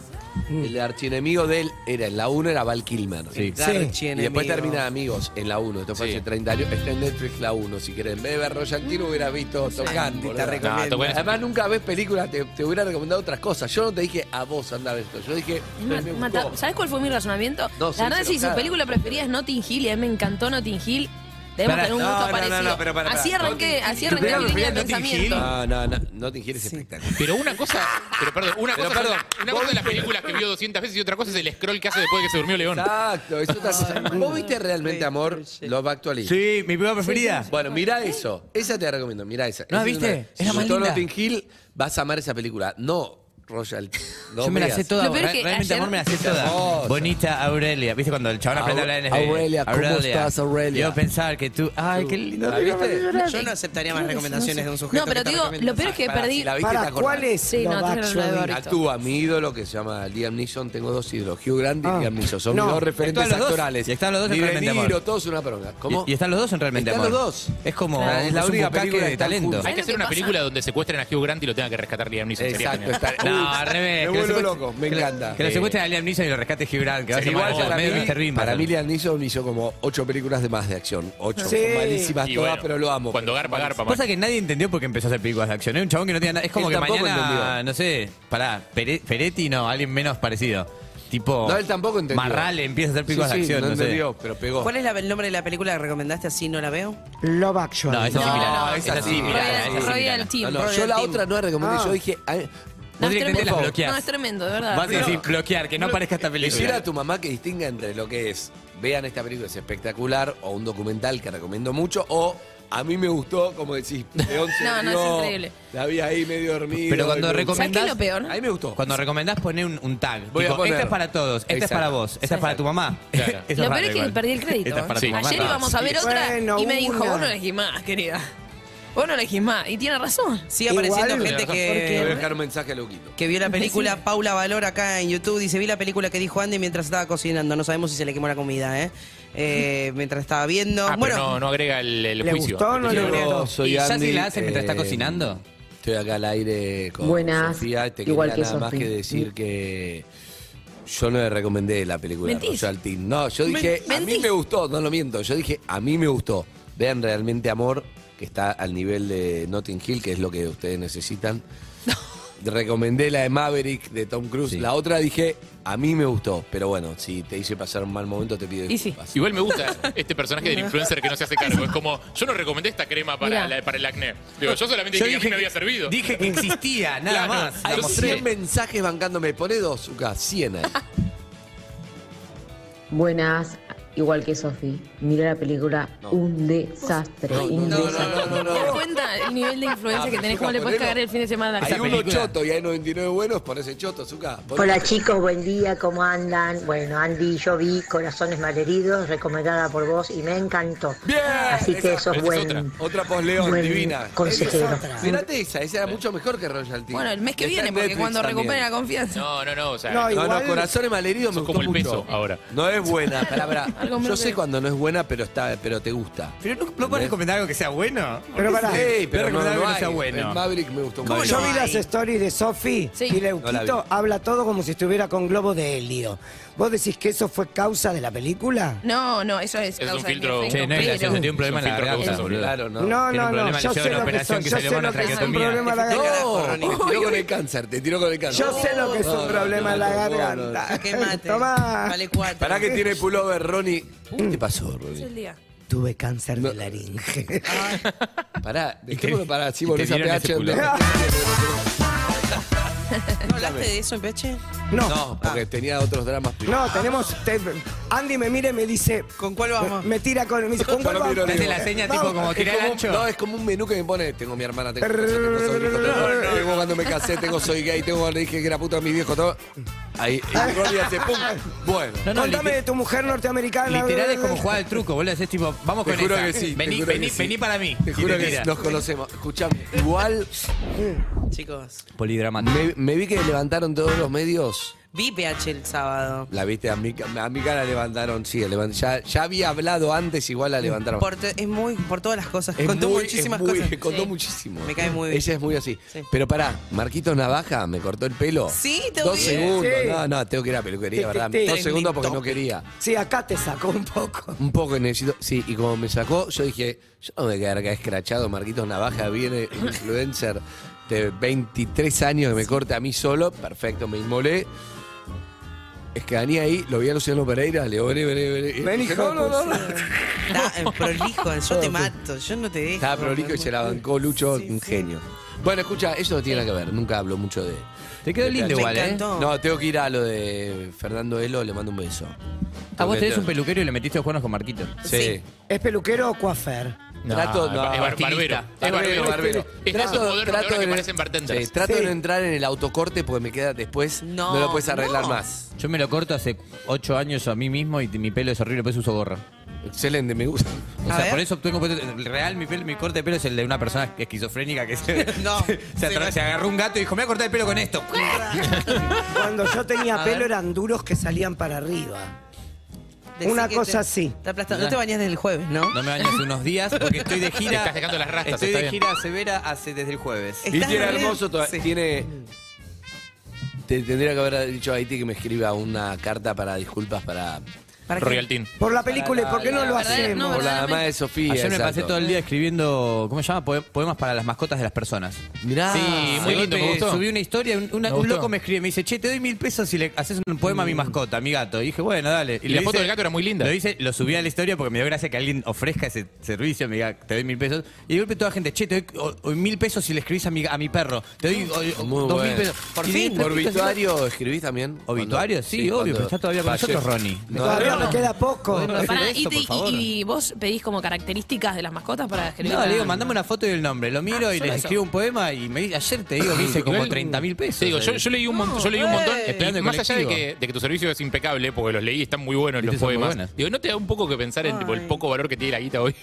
C: El archienemigo de él era en la 1 era Val Kilmer.
I: Sí.
C: Y
D: Archienemigo.
C: después termina Amigos en la 1. Esto fue
F: Sí.
C: hace 30 años. Está en Netflix la 1. Si querés, en vez de ver Royal Tiro, hubiera visto Top Gun, boludo.
D: recomiendo.
F: No, está buena esa
C: Además, nunca ves películas, te, te hubiera recomendado otras cosas. Yo no te dije a vos andar esto. Yo dije. "Mm,
A: Es
C: me
A: ma-
C: gustó.
A: mata- ¿Sabes cuál fue mi razonamiento?
C: No, sí,
A: la verdad,
C: se
A: si su
C: enojada.
A: película preferida es Notting Hill y a mí me encantó Notting Hill, debemos
I: Pará,
A: tener un
I: no,
A: gusto
I: no,
A: parecido.
I: no, no, pero pará,
A: así
I: pará.
A: arranqué, así
I: tu
A: arranqué mi
I: película
A: línea de
I: preferida es Notting Hill?
A: pensamiento.
C: No, no, no. No te ingieres espectacular.
F: Pero una cosa, pero perdón, una
C: Pero
F: cosa, es
C: perdón,
F: la- una cosa es las películas que vio 200 veces y otra cosa es el scroll que hace después de que se durmió León.
C: Exacto, es otra cosa. ¿Vos viste realmente amor? Love Actually.
I: Sí, mi película preferida.
C: Bueno, mira eso. Esa te la recomiendo, mira esa. Esa
I: No,
C: es
I: ¿viste?
C: una-
I: Es la
C: Si
I: más
C: gustó
I: linda.
C: Notting Hill, vas a amar esa película. No, Royal. No
I: Yo me la
C: veas.
I: sé toda.
A: Lo peor es
I: Re-
A: que
I: Realmente,
A: ayer-
I: amor, me la sé
C: Es
I: toda.
C: hermosa.
I: Bonita Aurelia. ¿Viste cuando el chabón aprende a hablar en
C: Au- Aurelia, ¿cómo estás, Aurelia?
I: Yo pensar que tú... Ay, qué lindo.
C: ¿La viste?
D: Yo no aceptaría más recomendaciones de un sujeto.
A: No, pero
D: que te
A: digo,
D: recomienda
A: lo peor es que
C: Pará,
A: perdí.
C: si la viste, te
G: ¿Para
C: acordás.
G: cuál es?
A: Sí,
G: Love
A: no, tenés la de
G: Actually?
A: ahora.
C: Actúa mi ídolo que se llama Liam Neeson. Tengo dos ídolos, Hugh Grant y
G: Ah.
C: Liam Neeson. Son
G: No.
C: mis dos referentes
I: Actúan los dos.
C: actorales.
I: Y están los dos en
C: Ni De
I: Realmente Amor.
C: Niro, todos una poronga. ¿Cómo?
I: Y, y están los dos en realmente
C: Están
I: amor.
C: los dos.
I: Es como
C: Claro. Es la
I: un
C: única
I: bucaque
C: película que
I: de
C: están
I: talento.
C: juntos.
F: Hay que
A: lo
F: hacer
A: que
F: una
A: pasa?
F: película donde secuestren a Hugh Grant y lo tenga que rescatar Liam Neeson. Sería
C: Exacto.
F: genial.
C: está-
I: No, al revés.
C: Me
I: que lo
C: vuelvo
I: secuestre-
C: loco, me
I: que lo-
C: encanta.
I: Que lo
F: Sí.
I: secuestren a Liam Neeson y lo rescate Hugh Grant, que va a ser
F: Igual
I: mal,
F: para
I: medio Mr. Bean.
C: para
I: perdón.
C: mí Liam Neeson hizo como ocho películas de más de acción. Ocho.
G: Sí.
C: Son malísimas
F: Y
C: todas,
F: bueno,
C: pero lo amo.
F: Cuando
C: Pero
F: garpa,
C: son
F: garpa. man.
I: Pasa que nadie entendió por qué empezó a hacer películas de acción. Es un chabón que no tiene nada. Es como
C: Él
I: que
C: tampoco
I: mañana,
C: entendió.
I: no sé, pará, Pere- Peretti, no, alguien menos parecido. Tipo.
C: No, él tampoco entendió.
I: Marrale empieza a hacer películas
C: Sí, sí,
I: de acción.
C: No
I: No, sé.
C: entendió, pero pegó.
D: ¿Cuál es la- el nombre de la película que recomendaste así no la veo?
G: Love Actually.
I: No, esa sí,
A: No,
I: mirala.
A: no,
I: Esa sí,
C: sí.
I: mirala. esa sí,
A: Royal
I: mirala.
A: Team.
C: No, no,
D: Royal
C: yo la
D: Team.
C: otra no la recomendé.
G: Ah.
C: Yo dije, ay,
A: No, es
I: directamente
A: tremendo.
I: las bloqueás.
A: No, es tremendo, de verdad.
I: Vas a decir bloquear, que no aparezca esta
C: decirle a
I: película.
C: tu mamá que distinga entre lo que es, vean esta película, es espectacular, o un documental que recomiendo mucho, o a mí me gustó, como decís, León se
A: No, no, es
C: murió,
A: increíble.
C: La vi ahí medio dormida.
I: Pero cuando
C: y me gustó.
A: ¿Sabes qué es
I: recomendás.
A: lo peor?
C: A mí me gustó.
I: Cuando recomendás poner un, un tag.
C: Voy a
I: Tipo,
C: poner.
I: Esta es para todos, esta es
C: Exacto.
I: para vos, esta es para tu mamá.
F: Claro.
I: Eso es
A: Lo peor
I: raro
A: es que
I: igual.
A: perdí el crédito.
I: Esta es para
F: Sí.
I: tu mamá.
A: Ayer
I: no.
A: íbamos a ver otra
G: Bueno,
A: y me dijo,
G: una.
A: vos no elegís más, querida. Vos no elegís más. Y tiene razón.
D: Sigue apareciendo
G: Igual,
D: gente
C: Le voy a
D: que,
C: dejar un mensaje a Luquito.
D: que vio la película Paula Valor acá en YouTube. Dice, vi la película que dijo Andy mientras estaba cocinando. No sabemos si se le quemó la comida, ¿eh? Eh, mientras estaba viendo.
F: Ah,
D: bueno,
F: pero no, no agrega el, el
G: ¿Le
F: juicio.
G: gustó o no le
F: Pero-
G: gustó?
I: ¿Y ya si la hace mientras está cocinando?
C: eh, Estoy acá al aire con
H: Buenas,
C: Sofía. y Te
H: igual
C: quería
H: que
C: nada más
H: Sofi.
C: que decir que yo no le recomendé la película
A: Mentís.
C: Royal Team. No, yo dije,
A: Men-
C: a mí
A: mentís.
C: me gustó, no lo miento. Yo dije, a mí me gustó. Vean realmente Amor, que está al nivel de Notting Hill, que es lo que ustedes necesitan. Recomendé la de Maverick de Tom Cruise. La otra dije, A mí me gustó, pero bueno, si te hice pasar un mal momento, te pido
A: Y sí.
C: disculpas.
F: Igual me gusta este personaje del influencer que no se hace cargo. Es como, yo no recomendé esta crema para,
A: Mirá.
F: la- para el acné. Digo, yo solamente dije, que a mí me había servido.
I: Dije que existía, nada
F: Claro.
I: más.
C: Hay
I: La
C: 100
I: mostré.
C: mensajes bancándome. Poné dos, Zucca, 100 ahí.
H: Buenas, igual que Sofi. Mira la película,
C: No.
H: un desastre.
C: No,
H: un
C: no, no,
H: desastre.
C: no, no,
A: ¿Te das
C: no.
A: cuenta el nivel de influencia
C: Ah,
A: que tenés?
C: Zucca,
A: ¿Cómo le puedes
C: ponelo.
A: cagar el fin de semana a la
C: Hay
A: gente?
C: uno
I: película.
C: choto y hay 99 buenos, ponés el choto, Zucca. Ponés-
J: Hola chicos, buen día, ¿cómo andan? Bueno, Andy, yo vi Corazones Malheridos, recomendada por vos y me encantó.
C: Bien.
J: Así que
C: esa-
J: sos
F: esa es
J: buen,
F: otra.
C: Otra posleón
J: buen
C: divina.
J: consejero.
C: Mirate esa, esa era mucho mejor que Royal Team.
A: Bueno, el mes que
C: Está
A: viene,
C: en
A: porque
C: Netflix
A: cuando
C: también.
A: recupere la confianza.
F: No, no, no. O sea,
G: No,
C: No,
G: Igual-
C: no, corazones malheridos me
F: Sos
C: gustó
F: como el
C: mucho.
F: peso ahora.
C: No es buena, pará, pará.
A: Algo
C: Yo
A: menos
C: sé
A: que-
C: cuando no es buena, pero está, pero te gusta.
I: Pero no, no puedes recomendar algo que sea bueno.
G: Pero pará.
C: Ey,
I: Pero
C: pero no,
I: recomendable
C: no
I: que
C: hay.
I: sea bueno.
C: El Maverick me gustó mucho.
G: Yo
A: no
G: vi
A: hay?
G: las stories de Sofi
A: Sí.
G: y
C: No
G: Leuquito
C: la vi.
G: habla todo como si estuviera con globo de helio. ¿Vos decís que eso fue causa de la película?
A: No, no, eso es
F: Es un
A: causa de mi
F: filtro-
A: efecto,
I: Che, no es
A: pero-
I: gracioso, tiene un problema en la
F: Es un filtro que
I: garganta,
F: usa,
I: boludo.
C: Claro, no.
G: No,
I: Tiene
G: no,
I: un
G: no.
I: problema,
G: Yo
I: le
G: sé
I: hicieron
G: lo
I: una
G: que
I: operación
G: son. Yo
I: que se le
G: sé
I: llama
G: lo que es un
I: traqueotomía.
G: problema a la
C: No,
G: garganta.
C: te tiró con el cáncer, te tiró con el cáncer.
G: Yo sé lo que es
C: No,
G: un
C: no,
G: problema en
C: no,
G: la
C: no, no,
G: garganta.
D: Pa' que mate.
G: Tomá.
D: Vale cuatro.
C: no. Pará que tiene pullover, Ronnie. ¿Qué te pasó,
A: Es el
C: Ronnie?
A: día.
G: Tuve cáncer
C: No.
G: de laringe.
C: Pará, dejémoslo para así,
I: y te
C: volvés a
I: vieron ese
C: PH.
I: pullover.
D: ¿No hablaste de eso en Peche?
G: No, no,
C: No,
I: Ah.
C: porque tenía otros dramas.
G: tenemos. te- Andy me mira y me dice.
D: ¿Con cuál vamos?
G: Me tira con. Me dice, ¿con
C: Yo
G: cuál
C: no miro
G: vamos?
I: Te hace la seña tipo como tirar
C: Es
I: el
C: como-
I: ancho.
C: No, es como un menú que me pone, tengo mi hermana, tengo, tengo, soy hijo, tengo, tengo cuando me casé, tengo soy gay, tengo cuando le dije que era puto a mi viejo, todo. Ahí, y Ronnie hace pum. Bueno.
I: No, no,
G: Contame de
I: liter-
G: tu mujer norteamericana.
I: literal es como jugar al truco, boludo. Es tipo, vamos
C: Te
I: con
C: juro
I: esa.
C: que sí. te
I: Vení,
C: juro que
I: vení,
C: sí.
I: vení para mí.
C: Te
I: Y
C: juro que
I: tira.
C: nos conocemos. Escuchame, igual
D: Chicos,
I: Polidramático.
C: me, me vi que levantaron todos los medios.
D: vi PH el sábado.
C: La viste, a mi, a Mica la levantaron, sí, la levan- ya, ya había hablado antes, igual la levantaron.
D: Por, te- es muy, por todas las cosas.
C: Es
D: Contó
C: muy-
D: muchísimas
C: es muy-
D: cosas.
C: Contó
A: Sí.
C: muchísimo.
D: Me cae muy bien.
C: Ella es muy así.
D: Sí.
C: Pero pará, Marquitos Navaja me cortó el pelo.
D: Sí, te
C: Dos
D: vi.
C: segundos.
G: Sí.
C: No, no, tengo que ir a peluquería,
G: Sí,
C: ¿verdad?
G: sí, sí.
C: Dos segundos porque no
D: Trending
C: quería.
G: Sí, acá te sacó un poco.
C: Un poco necesito. Sí, y como me sacó, yo dije, yo no me voy a quedar acá escrachado. Marquitos Navaja viene, un influencer de 23 años que me corte a mí solo. Perfecto, me inmolé. Escaneé ahí, lo vi a Luciano Pereira, le digo, vení, vení, vení. Y
G: Ven,
C: dije,
G: hijo.
C: no, no, no, no.
D: Está eh, prolijo, yo te mato, yo no te dejo.
C: Estaba prolijo y se la bancó Lucho, un genio. Bueno, escucha, eso no tiene nada que ver, nunca hablo mucho de.
I: Te quedó
C: de
I: lindo
C: Peache.
I: igual,
D: Me
I: ¿eh?
D: encantó.
C: No, tengo que ir a lo de Fernando Elo, le mando un beso.
I: A Ah, vos tenés
C: peluquero?
I: un peluquero y le metiste los cuernos con Marquito.
C: Sí.
G: ¿Es peluquero o coafer?
C: Trato-
F: es bar- es bar- barbero.
I: estilista.
F: Es barbero,
C: barbero.
F: Es trazo moderno de ahora que
C: de-
F: parecen bartenders.
C: sí, trato
G: Sí.
C: de no entrar en el autocorte porque me queda después. No,
D: No,
C: lo puedes arreglar
D: no.
C: más.
I: Yo me lo corto hace ocho años a mí mismo y mi pelo es horrible, por eso uso gorra.
C: Excelente, me gusta.
I: O
D: A
I: sea,
D: ver.
I: por eso tengo real mi, pelo, mi corte de pelo es el de una persona esquizofrénica que se,
D: No,
I: se, se
D: sí,
I: atra-
D: no.
I: se agarró un gato y dijo, me voy a cortar el pelo con esto.
G: Cuando yo tenía
D: A
G: pelo
D: ver.
G: eran duros que salían para arriba.
D: Decí
G: Una
D: que
G: cosa
D: te-
G: así.
D: te aplasta- No te bañas desde el jueves, ¿no?
I: No me baño hace unos días porque estoy de gira.
F: Te estás dejando las rastas,
I: Estoy
F: está
I: de
F: bien.
I: gira severa hace desde el jueves.
D: Estás
C: Y tiene
D: re-
C: hermoso toda-
D: sí.
C: Tiene. Te tendría que haber dicho a Haití que me escriba una carta para disculpas para.
D: ¿Para qué?
F: Royal Team.
G: Por la película, ¿y por qué no lo
A: verdad,
G: hacemos?
A: no,
C: por la
A: verdaderamente.
C: mamá de Sofía.
I: Ayer me pasé
C: exacto.
I: todo el día escribiendo, ¿cómo se llama? Poe- Poemas para las mascotas de las personas.
C: Mirá.
F: Ah, Sí, muy
I: De
F: lindo,
I: golpe
F: me gustó.
I: Subí una historia, un, una-
F: Me
I: un
F: gustó. Mm.
I: loco me escribe, me dice, che, te doy mil pesos si le haces un poema a mi mascota, a mi gato. Y dije, bueno, dale.
F: Y
I: le
F: la foto
I: hice-
F: del gato era muy linda.
I: Lo hice, lo subí a la historia porque me dio gracia que alguien ofrezca ese servicio, me diga, te doy mil pesos. Y de golpe toda la gente, che, te doy o- o mil pesos si le escribís a mi, a mi perro. Te doy o- o-
C: Muy
I: dos
C: bueno.
I: mil pesos.
C: Por
I: Y
C: fin.
I: de-
C: Obituario, ¿escribís también?
I: ¿Obituario? Sí, obvio, pero está todavía con nosotros, Ronnie.
G: Todavía me queda poco.
I: Bueno,
A: Pará,
I: pero
A: y,
I: eso,
A: te-
I: por
A: y-
I: favor.
A: y vos pedís como características de las mascotas para describir.
I: No, le digo,
A: Ah.
I: mandame una foto y el nombre. Lo miro
A: Ah,
I: y
A: solo
I: les
A: eso.
I: escribo un poema y me dice, ayer te digo que hice como
F: Igual,
I: 30 mil pesos.
F: Te digo, yo, yo leí un, montón- yo leí un montón.
I: eh.
F: y
I: Esperando el
F: más allá de
I: colectivo.
F: que, de que tu servicio es impecable, porque los leí y están muy buenos
I: Viste,
F: los
I: son muy
F: poemas.
I: buenas.
F: Digo, ¿no te da un poco que pensar en tipo, el poco valor que tiene la guita hoy?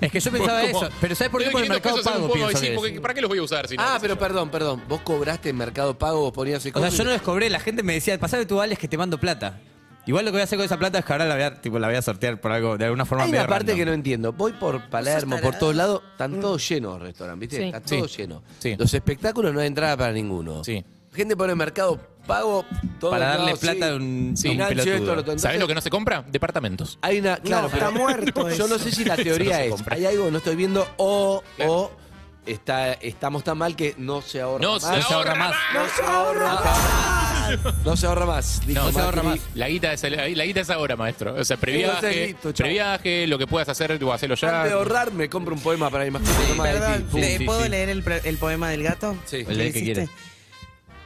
I: Es que yo pensaba
F: Como,
I: eso. Pero ¿sabes por qué?
F: te doy
I: Por el
F: 500
I: mercado
F: pesos en un
I: pago
F: poema,
I: pienso
F: sí,
I: que
F: porque
I: es.
F: ¿Para qué los voy a usar? Si no,
C: Ah,
F: qué sé
C: pero
F: yo?
C: perdón, perdón. Vos cobraste en Mercado Pago, vos ponías
I: O sea, yo no les cobré. La gente me decía, pasame tu vales que te mando plata. Igual lo que voy a hacer con esa plata es que ahora la voy a, tipo, la voy a sortear por algo, de alguna forma.
C: Hay una
I: medio
C: parte
I: random.
C: que no entiendo. Voy por Palermo, por todos lados,
G: Mm.
C: están todos llenos los restaurantes, ¿viste?
A: Sí.
C: Está todo
F: Sí.
C: lleno.
F: Sí.
C: Los espectáculos no hay entrada para ninguno.
F: Sí.
C: Gente pone mercado pago todos
I: Para darle
C: lados,
I: plata
C: sí.
I: a un- a un
C: Nacho,
I: pelotudo.
C: esto, lo otro.
F: ¿Sabés
C: Entonces,
F: lo que no se compra? Departamentos.
C: Hay una, claro,
G: está
C: pero-
G: muerto
C: Yo no
G: eso.
C: sé si la teoría
F: Eso no se
C: es,
F: compra.
C: hay algo que no estoy viendo o, o está, estamos tan mal que no se ahorra.
F: No
C: más. Ah,
F: se ahorra más.
G: ¡No se ahorra!
C: No se ahorra más. dijo
F: No, se ahorra
C: Macri.
F: más. La guita, es, el- la guita es ahora, maestro. O sea,
C: Entonces,
F: previaje,
C: listo, chao.
F: previaje, lo que puedas hacer, tú hacelo ya.
C: Antes de ahorrar, me compro un poema para mi mascota. Toma de
D: Perdón,
C: ti.
D: ¿le
I: sí,
D: ¿puedo
I: sí.
D: leer el, pre- el poema del gato?
C: Sí.
I: El que
D: hiciste?
I: quieras.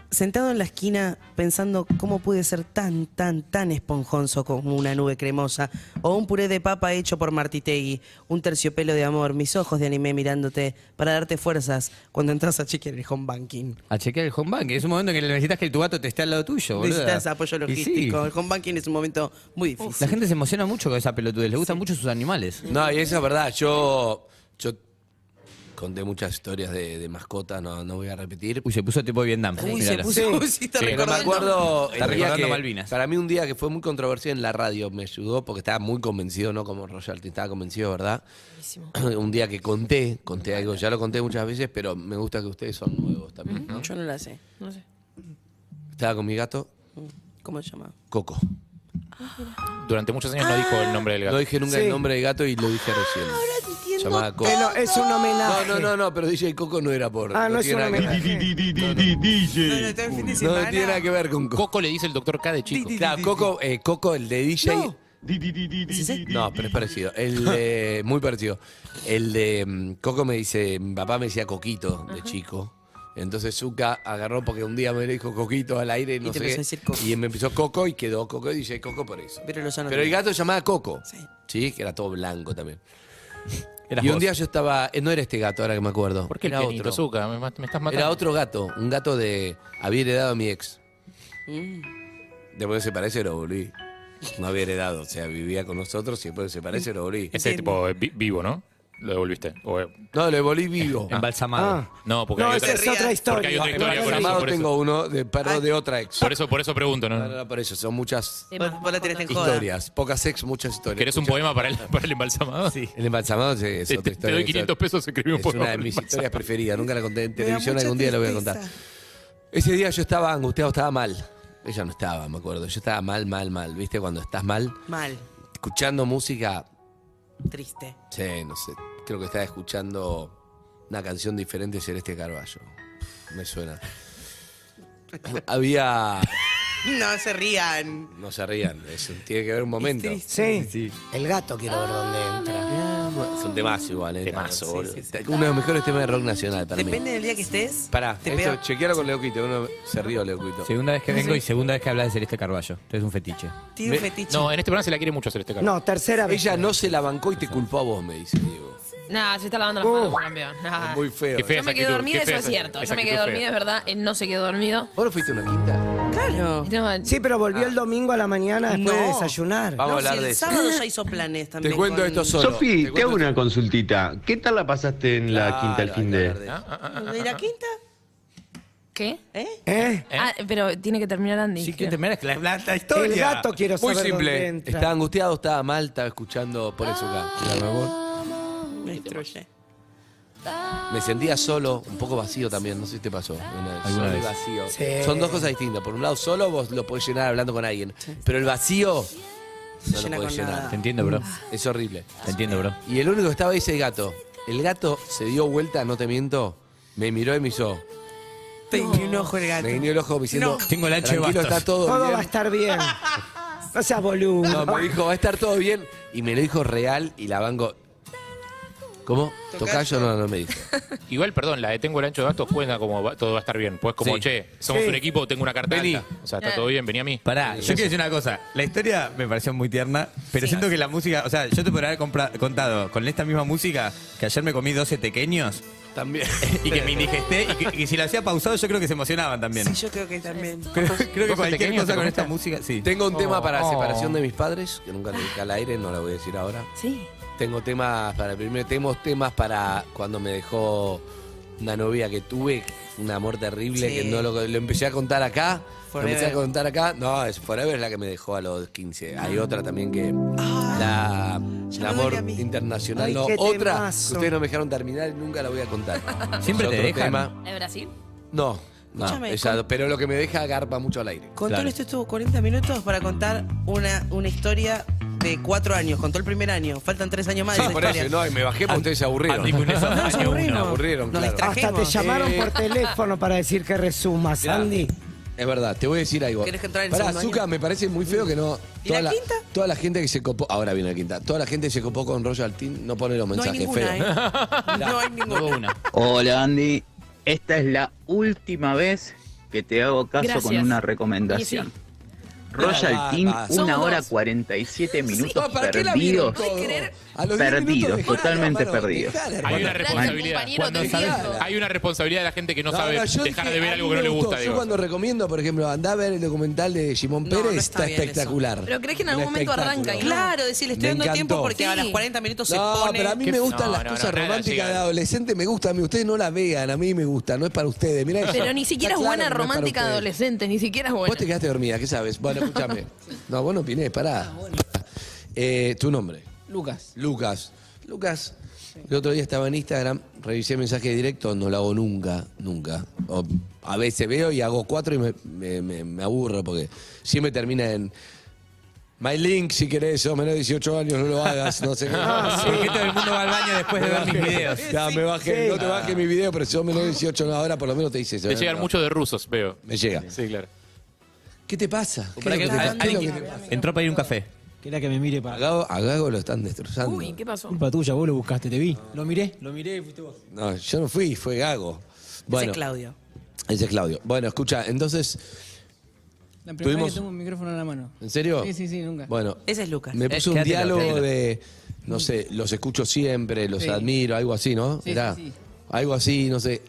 D: Sentado en la esquina pensando cómo pude ser tan, tan, tan esponjoso como una nube cremosa o un puré de papa hecho por Martitegui, un terciopelo de amor, mis ojos de anime mirándote para darte fuerzas cuando entras a chequear el home banking.
I: A chequear el home bank. Es un momento en que necesitas que tu gato te esté al lado tuyo, boluda.
D: Necesitas apoyo
I: Y
D: logístico. El
I: sí.
D: home banking es un momento muy difícil.
I: La gente se emociona mucho con esa pelotudez. Le gustan mucho sus animales.
C: No, y eso es verdad. Yo, yo conté muchas historias de, de mascotas, no, no voy a repetir.
I: Uy, se puso tipo de Vietnam.
D: Uy, se
I: Mirala.
D: puso. Uy, sí, está
I: Sí,
C: Pero me
D: recordando.
C: acuerdo,
I: Está
C: el día
I: recordando
C: que-
I: Malvinas.
C: Para mí un día que fue muy controversial en la radio me ayudó porque estaba muy convencido, no como Royalty, estaba convencido, ¿verdad? Un día que conté, conté algo, ya lo conté muchas veces, pero me gusta que ustedes son nuevos también. ¿no?
D: Yo no la sé.
A: No sé.
C: Estaba con mi gato,
D: ¿Cómo se llama?
C: Coco.
F: Durante muchos años no dijo el nombre del gato.
C: Ah. No dije nunca
G: Sí.
C: el nombre del gato y lo dije recién. Llamaba Coco.
G: Pero es un
C: No,
G: homenaje.
C: no, no, no, pero DJ Coco no era por.
G: Ah, no es un
C: tiene nada que ver.
G: homenaje.
C: No tiene nada que ver con Coco.
F: Coco le dice el doctor K de chico.
C: Claro, Coco, eh, Coco, el de DJ. No.
D: sí.
C: pero es parecido. El de. Muy parecido. El de. mm, Coco me dice. Mi papá me decía Coquito de chico. Entonces Zuka agarró porque un día me lo dijo Coquito al aire, no
D: te
C: sé
D: empezó
C: qué,
D: a decir Coco.
C: Y me empezó Coco y quedó Coco y DJ Coco por eso.
D: Pero lo llama-
C: el gato se llamaba Coco.
D: Sí.
C: Sí, que era todo blanco también.
I: Eras
C: y un
I: vos.
C: día yo estaba. eh, no era este gato, ahora que me acuerdo.
F: ¿Por qué
C: era
F: el pianito,
C: otro.
F: Zuka? Me, ma- me estás matando.
C: Era otro gato, un gato de. Había heredado a mi ex.
F: Mm.
C: Después se parece, lo volví. No había heredado, o sea, vivía con nosotros y después se parece, lo volví.
F: Ese tipo eh, vi- vivo, ¿no? Lo devolviste. O, eh,
C: No, lo volví vivo.
I: Embalsamado.
G: Ah.
F: no, porque
G: No,
F: hay
G: esa
F: otra,
G: es otra historia.
F: Porque hay otra historia con eso,
C: Embalsamado
F: por eso.
C: tengo uno de perro de otra ex.
F: Por eso, por eso pregunto,
C: No, no,
F: ¿no?
C: no, por eso, son muchas
D: Vos, vos la tenés en joda.
C: historias. Pocas ex, muchas historias.
F: ¿Querés un
C: Muchas-
F: poema para el, para el embalsamado? Sí.
C: El embalsamado es, es
F: Te,
C: otra
F: te
C: historia.
F: doy 500 pesos, escribí un
C: Es
F: poema.
C: una de
F: para el
C: mis
F: embalsamado.
C: historias preferidas. Nunca la conté en
D: Me da
C: televisión,
D: mucha
C: algún día la voy a
D: tristeza.
C: contar. Ese día yo estaba angustiado, estaba mal. Ella no estaba, me acuerdo. Yo estaba mal, mal, mal. ¿Viste cuando estás mal?
D: Mal,
C: Escuchando música,
D: triste.
C: che, no sé. Creo que estaba escuchando una canción diferente de Celeste Carballo. Me suena. Había.
D: No se rían.
C: No se rían, es- tiene que haber un momento.
D: Es
G: Sí. El gato quiero ver dónde entra.
C: Son temas igual, ¿eh?
F: Temazo,
C: Claro,
F: boludo.
C: sí, sí, sí. Uno de los mejores temas de rock nacional para mí.
D: Depende del día que estés.
C: Pará,
D: te
C: esto,
D: pega.
C: chequealo con Leoquito. Uno se rió, Leoquito.
I: Segunda vez que vengo y segunda vez que hablas de Celeste Carballo. Esto es un fetiche.
D: Tiene un fetiche.
F: No, en este programa se la quiere mucho hacer este caso.
G: No, tercera vez.
C: Ella no se la bancó y te culpó a vos, me dice Diego. Oh.
A: Nah, se está lavando las manos, campeón. Nah.
C: Muy feo.
F: Qué feo.
A: Yo me quedé
F: actitud,
A: dormida,
F: qué
A: eso
F: fea
A: es
F: esa-
A: cierto.
F: esa
A: Yo me
F: actitud
A: quedé
F: fea.
A: dormida, es verdad. Él no se quedó dormido.
C: ¿Vos no fuiste a una quinta?
D: claro.
A: No,
G: Sí, pero volvió el domingo a la mañana después de
D: No.
G: desayunar.
C: Vamos a
D: No,
C: hablar
D: si
C: de
D: el
C: eso.
D: sábado ya hizo planes también.
C: Te cuento
D: con-
C: esto solo.
K: Sofi, te hago una consultita. ¿Qué tal la pasaste en la quinta al fin de?
F: Ah, ah, ah, ah.
D: ¿De la quinta?
A: ¿Qué?
D: ¿Eh?
G: ¿Eh?
A: Ah, pero tiene que terminar Andy.
I: Sí, que
A: creo.
I: te miras la, la- la historia.
G: El gato quiero
C: Muy
G: saber dónde
C: simple.
G: entra.
C: Estaba angustiado, estaba mal, estaba escuchando por eso acá.
D: Me destruye.
G: Ah.
C: Me sentía solo, un poco vacío también, no sé si te pasó. Una- solo y
I: vez.
C: vacío.
G: Sí.
C: Son dos cosas distintas. Por un lado, solo vos lo podés llenar hablando con alguien. Pero el vacío no
D: llena
C: lo podés
D: con
C: llenar.
D: nada.
I: Te entiendo, bro.
C: Es horrible.
I: Te entiendo, bro.
C: Y el único que estaba ahí es el gato. El gato se dio vuelta, no te miento, me miró y me hizo.
D: Tengo un ojo el gato.
C: Me guiñó el ojo diciendo.
I: No. Tengo el ancho de
C: Tranquilo,
I: bastos".
C: está todo,
G: Todo
C: bien.
G: va a estar bien. No seas boludo.
C: No, me dijo, va a estar todo bien. Y me lo dijo real y la banco. ¿Cómo? Tocayo no, no me dijo.
F: Igual, perdón, la de tengo el ancho de gastos cuenta como va- todo va a estar bien. Pues como,
I: Sí.
F: che, somos
G: Sí.
F: un equipo, tengo una carta
I: Vení.
F: alta. O sea, está
A: Eh.
F: todo bien, vení a mí.
I: Pará, yo quiero decir una cosa. La historia me pareció muy tierna, pero siento que la música, o sea, yo te podría haber compra- contado con esta misma música que ayer me comí 12 pequeños
C: También.
I: y que me indigesté y que, y si la hacía pausado yo creo que se emocionaban también.
D: Sí, yo creo que también.
I: Creo, creo que
F: 12
I: cualquier
F: tequeños
I: cosa
F: te
I: con esta
F: comiste.
I: música, sí.
C: Tengo un tema para
F: Oh.
C: separación de mis padres, que nunca le dije al aire, no la voy a decir ahora.
A: Sí.
C: Tengo temas para el primer tengo temas para cuando me dejó una novia que tuve, un amor terrible,
D: Sí.
C: que no lo, lo empecé a contar acá. Lo empecé a
D: Forever.
C: contar acá. No, es Forever es la que me dejó a los 15. Hay otra también que. La,
D: Ah. ya
C: el
D: me
C: amor
D: duele a mí.
C: internacional.
G: Ay,
C: no,
G: qué
C: otra
G: temazo.
C: que ustedes no me dejaron terminar y nunca la voy a contar.
I: Siempre
C: Es
I: te
C: otro
I: dejan.
C: tema.
A: ¿De Brasil?
C: No, no
D: Escúchame,
C: esa-
D: con-
C: pero lo que me deja garpa mucho al aire.
D: Contó
I: Claro.
D: esto estuvo 40 minutos para contar una, una historia de cuatro años. Contó el primer año. Faltan tres años más
C: Sí,
D: de esa
C: Ah, por
D: historia.
C: eso, no, y me bajé porque ustedes se aburrieron.
I: Andy Cunezo,
D: Nos
I: año uno.
D: aburrimos.
C: aburrieron,
D: Nos
C: claro.
G: Hasta te
D: distrajimos.
G: llamaron
C: Eh.
G: por teléfono para decir que resumas,
C: Mirá.
G: Andy.
C: Es verdad, te voy a decir algo.
D: ¿Querés que entrar en el
C: Pará,
D: segundo
C: Zucca,
D: año?
C: me parece muy feo que no.
D: ¿Y
C: Toda
D: la quinta?
C: Toda la gente que se copó. Ahora viene la quinta. Toda la gente que se copó con Royal Team no pone los
D: No hay
C: mensajes feos.
D: ninguna, ¿eh? No hay ninguna.
L: Hola Andy, esta es la última vez que te hago caso
A: Gracias.
L: con una recomendación.
A: Y
L: Royal
C: Ah,
L: Team,
C: ah,
L: una
A: somos
L: hora
A: dos.
L: 47 minutos
C: No, ¿para qué la vieron
L: perdidos.
C: todo? A los diez minutos
L: Perdidos,
C: dejala,
L: totalmente
C: hermano,
L: perdidos.
C: dejala,
F: Hay una
C: hermano.
F: responsabilidad.
A: compañero
F: Cuando
A: te
F: sabes-
C: diga.
F: hay una responsabilidad de la gente que no,
C: No,
F: sabe
C: no, yo
F: dejar
C: dije,
F: de ver
C: a mí
F: algo que
C: me
F: no le
C: gustó.
F: gusta.
C: Yo
F: digo.
C: cuando recomiendo, por ejemplo, andá a ver el documental de Jimón
D: No,
C: Pérez,
D: no está
C: está,
D: bien eso.
C: espectacular.
A: Pero crees que en algún
C: Un
A: momento
C: espectáculo.
A: arranca y no.
D: Claro, decir, le estoy
C: Me
D: dando tiempo
C: encantó.
D: porque a
A: Sí.
D: las 40 minutos se
C: No,
D: pone.
C: pero a mí
F: ¿Qué?
C: me gustan
F: No,
C: las
F: no,
C: cosas
F: no, nada
C: románticas
F: llega.
C: de adolescente, me gustan, ustedes no la vean, a mí me gusta, no es para ustedes. Mirá eso.
A: Pero ni siquiera
C: Está
A: es buena
C: claro que no es para
A: romántica
C: ustedes.
A: adolescente, ni siquiera es buena.
C: Vos te quedaste dormida, ¿qué sabes? Bueno, escúchame. No, vos no opinés, pará.
A: Ah,
C: Eh, tu nombre.
M: Lucas.
C: Lucas. Lucas, el otro día estaba en Instagram, revisé mensaje directo, no lo hago nunca, nunca. O a veces veo y hago cuatro y me, me- me- me aburro porque siempre termina en. My link, si querés, sos menos de 18 años, no lo hagas, no sé Ah, qué.
I: ¿Por qué Ah, todo el mundo va al baño después de ver mis videos?
C: Ya, me bajé, no te bajes mi video, pero sos menos de 18 años, ahora por lo menos te dice eso.
F: Te llegan
C: No.
F: muchos de rusos, veo.
C: Me llega.
F: Sí, claro.
C: ¿Qué te pasa? ¿Qué
I: Para
C: es
I: que-
C: lo que te-
I: alguien
C: qué es lo que
I: que-
C: te pasa?
I: entró para ir a un café.
M: Quería que me mire
C: A
M: para.
C: Gago, a Gago lo están destrozando.
A: Uy, ¿qué pasó?
M: Culpa tuya, vos lo buscaste, te vi. Lo miré, lo miré y fuiste vos.
C: No, yo no fui, fue Gago. Bueno,
D: Dice Claudio.
C: ese es Claudio. Bueno, escucha, entonces,
M: La primera
C: Tuvimos-
M: vez que tengo un micrófono en la mano.
C: ¿en serio?
M: Sí, sí, sí, nunca.
C: Bueno,
D: Ese es Lucas.
C: me
I: Eh,
C: puso un
I: quédatelo,
C: diálogo
I: quédatelo.
C: de, no sé, los escucho siempre, los
M: Sí.
C: admiro, algo así, ¿no?
M: Sí,
C: Mirá,
M: sí, sí.
C: Algo así, no sé.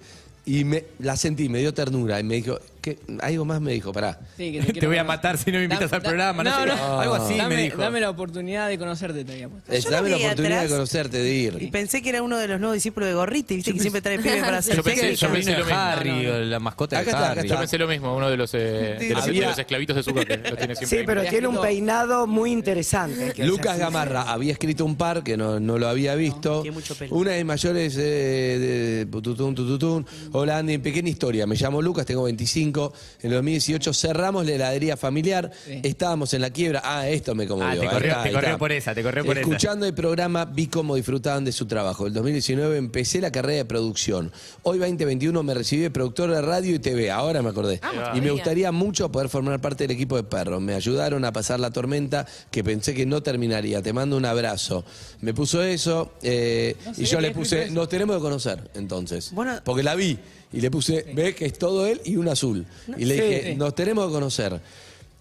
C: Y me, la sentí, me dio ternura y me dijo, ¿qué? algo más me dijo, pará.
M: Sí, que
I: Te
M: quiero
I: voy a
M: conocer.
I: matar si no me invitas
M: Da-
I: al
M: da-
I: programa. No,
M: no,
I: sé,
M: no.
I: Algo así
M: dame,
I: me dijo.
M: dame la oportunidad de conocerte, te había puesto.
C: Eh,
D: Yo lo
C: dame la
D: vi
C: oportunidad
D: atrás.
C: de conocerte, de
D: Y
C: ir.
D: pensé que era uno de los nuevos discípulos de Gorriti, viste que siempre trae pibes para hacer
F: Yo pensé-
D: técnicas.
F: yo pensé lo mismo.
I: Harry,
F: No,
I: o la mascota
C: Acá
I: de
C: está, acá
I: Harry.
F: Yo pensé lo mismo, uno de los, eh, de los,
C: Ah. Había-
F: de los esclavitos de su que lo tiene siempre.
G: Sí,
F: ahí.
G: pero tiene un peinado muy interesante. que
C: Lucas
G: hacer.
C: Gamarra había escrito un par que no, no lo había visto.
D: tiene mucho pelo.
C: Una de mis mayores. eh, de- tututún, tututún. Hola Andy, pequeña historia. Me llamo Lucas, tengo 25. En 2018 cerramos la heladería familiar.
M: Sí.
C: Estábamos en la quiebra. Ah, esto me conmovió.
I: Ah, te
C: Ahí
I: corrió-
C: está,
I: te
C: ahí
I: corrió
C: está.
I: por esa, te corrió por esa.
C: Escuchando el programa, vi cómo disfrutaban de su trabajo. El 2019 empecé la carrera de producción. Hoy, 2021, me recibí de productor de radio y TV. Ahora me acordé.
A: Ah,
C: y me
A: todavía.
C: gustaría gustaría mucho poder formar parte del equipo de perros. Me ayudaron a pasar la tormenta que pensé que no terminaría. Te mando un abrazo. Me puso eso eh,
M: No
C: y
M: sabía
C: yo
M: que
C: le
M: había
C: puse,
M: escrito eso.
C: nos tenemos que conocer entonces.
D: Bueno-
C: porque la vi y le puse, ves que es todo él y un azul. y le
M: Sí,
C: dije,
M: sí.
C: nos tenemos que conocer.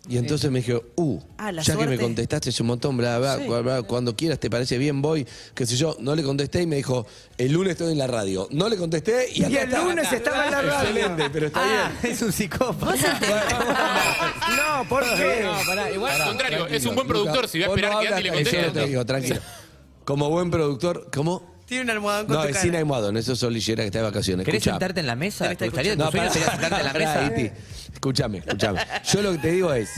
C: Y entonces me dijo, uh,
D: Ah, la
C: ya que me
D: suerte.
C: contestaste un montón, bla, bla, bla, bla, cuando quieras, te parece bien, voy, qué sé yo. No le contesté y me dijo, el lunes estoy en la radio. No le contesté y, acá
G: Y el
C: estaba.
G: lunes estaba en la radio.
C: Excelente, pero está
I: Ah,
C: bien.
I: es un psicópata.
G: No, ¿por qué?
M: No, pará, igual.
F: Al contrario,
C: Tranquilo,
F: es un buen productor.
C: Luca,
F: si va a
C: vos
F: esperar
C: no
F: que
C: hablas,
F: Andy le
C: eso
F: conteste.
C: te digo, tranquilo. Como buen productor, ¿cómo?
D: Tiene un almohadón con
C: No,
D: tu
C: es
D: cara.
C: sin almohadón, eso es Solillera que está de vacaciones.
I: ¿Querés
C: Escuchá.
I: sentarte en la mesa? ¿Te gustaría tu
C: No,
I: sueño
C: pará,
I: sería sentarte en la
C: pará,
I: mesa?
C: Iti. Escuchame, escuchame. Yo lo que te digo es,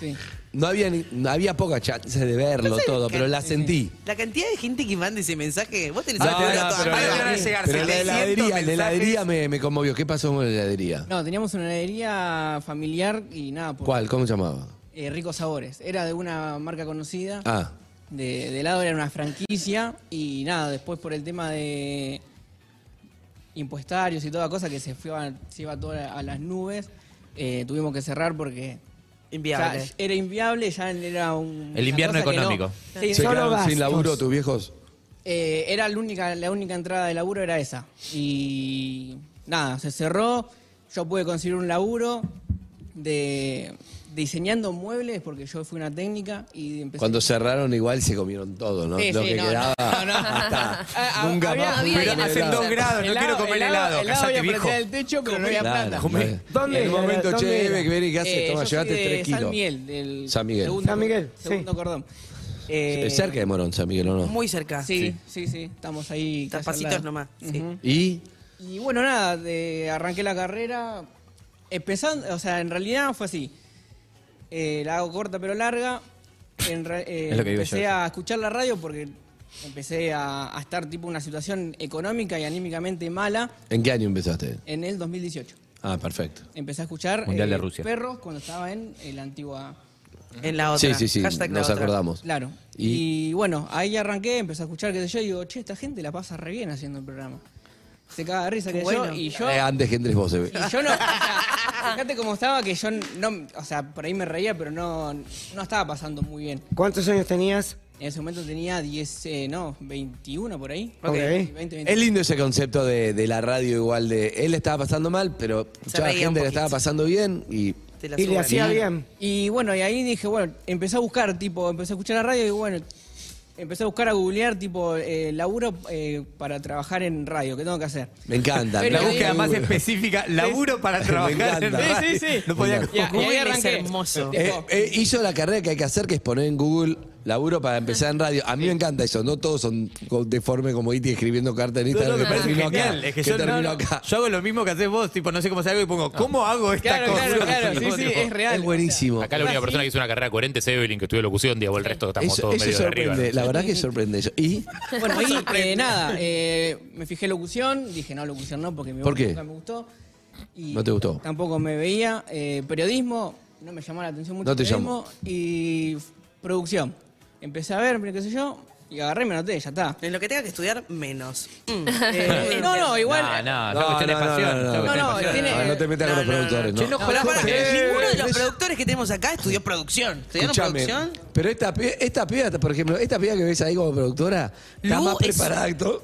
M: Sí.
C: no había, ni- no había poca chance de verlo todo, pero la sentí.
D: La cantidad de gente que manda ese mensaje, vos tenés
C: No,
D: que
C: no,
D: tener
C: pero
D: Ahí van a
C: la,
D: llegar
C: pero la
D: 700
C: heladería, la heladería
D: mensajes.
C: me, me conmovió. ¿Qué pasó con la heladería?
M: No, teníamos una heladería familiar y nada, por
C: ¿Cuál? ¿Cómo se llamaba?
M: eh, ricos sabores. Era de una marca conocida.
C: Ah,
M: de, de lado era una franquicia y nada, después por el tema de impuestarios y toda cosa que se, fue a- se iba todo a, a las nubes, eh, tuvimos que cerrar porque
D: Inviable.
M: ya era inviable, ya era un...
I: El invierno
M: una cosa que no-
I: económico.
M: Sí,
C: ¿se
M: solo
C: quedaron
M: gastos.
C: sin laburo tus viejos?
M: Eh, era la única, la única entrada de laburo era esa. Y nada, se cerró. Yo pude conseguir un laburo de diseñando muebles porque yo fui una técnica y empecé
C: Cuando cerraron igual se comieron todo, ¿no?
M: Sí,
C: lo
M: sí,
C: que
M: no,
C: quedaba.
M: no, no.
C: hasta
M: Ah,
C: nunca
M: había-
C: más.
A: había
C: Pero
A: helado.
C: hacen dos grados.
I: grados, no quiero comer helado,
M: helado
I: casate,
M: voy Eh, a
I: viejo.
M: prender el techo, pero no había
C: Claro,
M: plata.
C: come.
G: ¿Dónde
C: En el
G: era?
C: momento,
G: ¿Dónde
C: che,
G: era?
C: Bebe, que vení, ¿qué haces?
M: Eh,
C: Toma,
M: yo soy
C: llevate
M: de
C: 3
M: San
C: kilos.
M: Miguel, del
C: San Miguel.
M: Segundo,
G: San Miguel, sí.
M: segundo cordón. Eh,
C: Es cerca de Morón, San Miguel, ¿o no?
D: Muy cerca.
M: Sí, sí, sí, estamos ahí. casi al
D: Pasitos
M: lado.
D: nomás. sí.
C: ¿Y?
M: Y bueno, nada, de- arranqué la carrera. Empezando, o sea, en realidad fue así. Eh, la hago corta pero larga. En re- eh,
I: Es lo que digo
M: empecé
I: yo.
M: a escuchar la radio porque empecé a, a estar tipo en una situación económica y anímicamente mala
C: ¿En qué año empezaste?
M: en el 2018.
C: Ah, perfecto.
M: Empecé a escuchar eh,
I: Mundial de Rusia.
M: perros cuando estaba en la antigua.
D: En la
C: Sí,
D: otra.
C: sí, sí,
D: Hashtag la
C: nos
D: otra.
C: acordamos.
M: Claro.
C: ¿Y?
M: ¿Y? bueno, ahí arranqué, empecé a escuchar, qué sé yo, y digo, che, esta gente la pasa re bien haciendo el programa.
D: se caga de risa que yo.
C: Bueno.
D: Y yo,
C: Eh, antes que entres vos, se ve.
D: y yo no. o sea, fíjate cómo estaba que yo no. O sea, por ahí me reía, pero no, no estaba pasando muy bien.
G: ¿Cuántos años tenías?
D: En ese momento tenía 10, eh, no, 21 por ahí.
C: Ok.
D: 20, 21.
C: Es lindo ese concepto de, de la radio igual de él estaba pasando mal, pero escuchaba
D: reía un
C: gente que le
D: poquito.
C: estaba pasando bien y,
D: Y bueno, y ahí dije, bueno, empecé a buscar, tipo, empecé a escuchar la radio y bueno, empecé a buscar a googlear, tipo, eh, laburo eh, para trabajar en radio, ¿qué tengo que hacer?
C: Me encanta.
I: La
C: me
I: búsqueda
C: encanta.
I: más específica, laburo para
C: Me
I: trabajar. en
C: encanta.
I: radio.
D: Sí, sí, sí.
I: No podía.
C: Me
D: Y, a- y ahí arranqué.
C: Eh, eh, hizo la carrera que hay que hacer, que es poner en Google laburo para empezar en radio. A mí me encanta eso. No todos son co- deformes como Iti escribiendo cartas en
I: No, no,
C: Instagram.
I: me
C: que
I: parece
C: termino acá,
I: genial. Es que, yo,
C: termino
I: no, no,
C: acá.
I: yo hago lo mismo que haces vos, tipo, no sé cómo hacer algo y pongo, ¿cómo hago esta
D: Claro,
I: cosa?
D: claro, claro, sí, sí, es real.
C: Es buenísimo.
F: Acá la única persona que hizo una carrera coherente es Evelyn, que estudió locución, digo, el resto estamos
C: Eso,
F: todos
C: eso
F: medio de arriba.
C: sorprende.
F: ¿no?
C: La verdad que sorprende eso. ¿Y?
D: Bueno, ahí, eh, nada, eh, me fijé locución, dije, no, locución no, porque mi
C: ¿Por
D: voz
C: qué?
D: nunca me gustó. Y
C: ¿No te gustó?
D: Tampoco me veía. Eh, periodismo, no me llamó la atención mucho.
C: No te
D: periodismo, Y f- producción. Empecé a ver, pero qué sé yo, y agarré y me anoté, ya está.
N: En lo que tenga que estudiar, menos. Mm.
D: Eh, no, no, igual.
I: No, no, es cuestión de pasión.
C: no,
I: es cuestión
D: no,
I: de pasión.
D: tiene- Eh,
C: No, no te metas con los productores, ¿no?
N: Che, no, jodas, pará, ninguno de los productores que tenemos acá estudió producción. ¿Estudiaron
C: Escuchame,
N: producción?
C: pero esta, pi- esta piba, por ejemplo, esta piba que ves ahí como productora, está
N: Lu
C: más
N: es-
C: preparada que todo.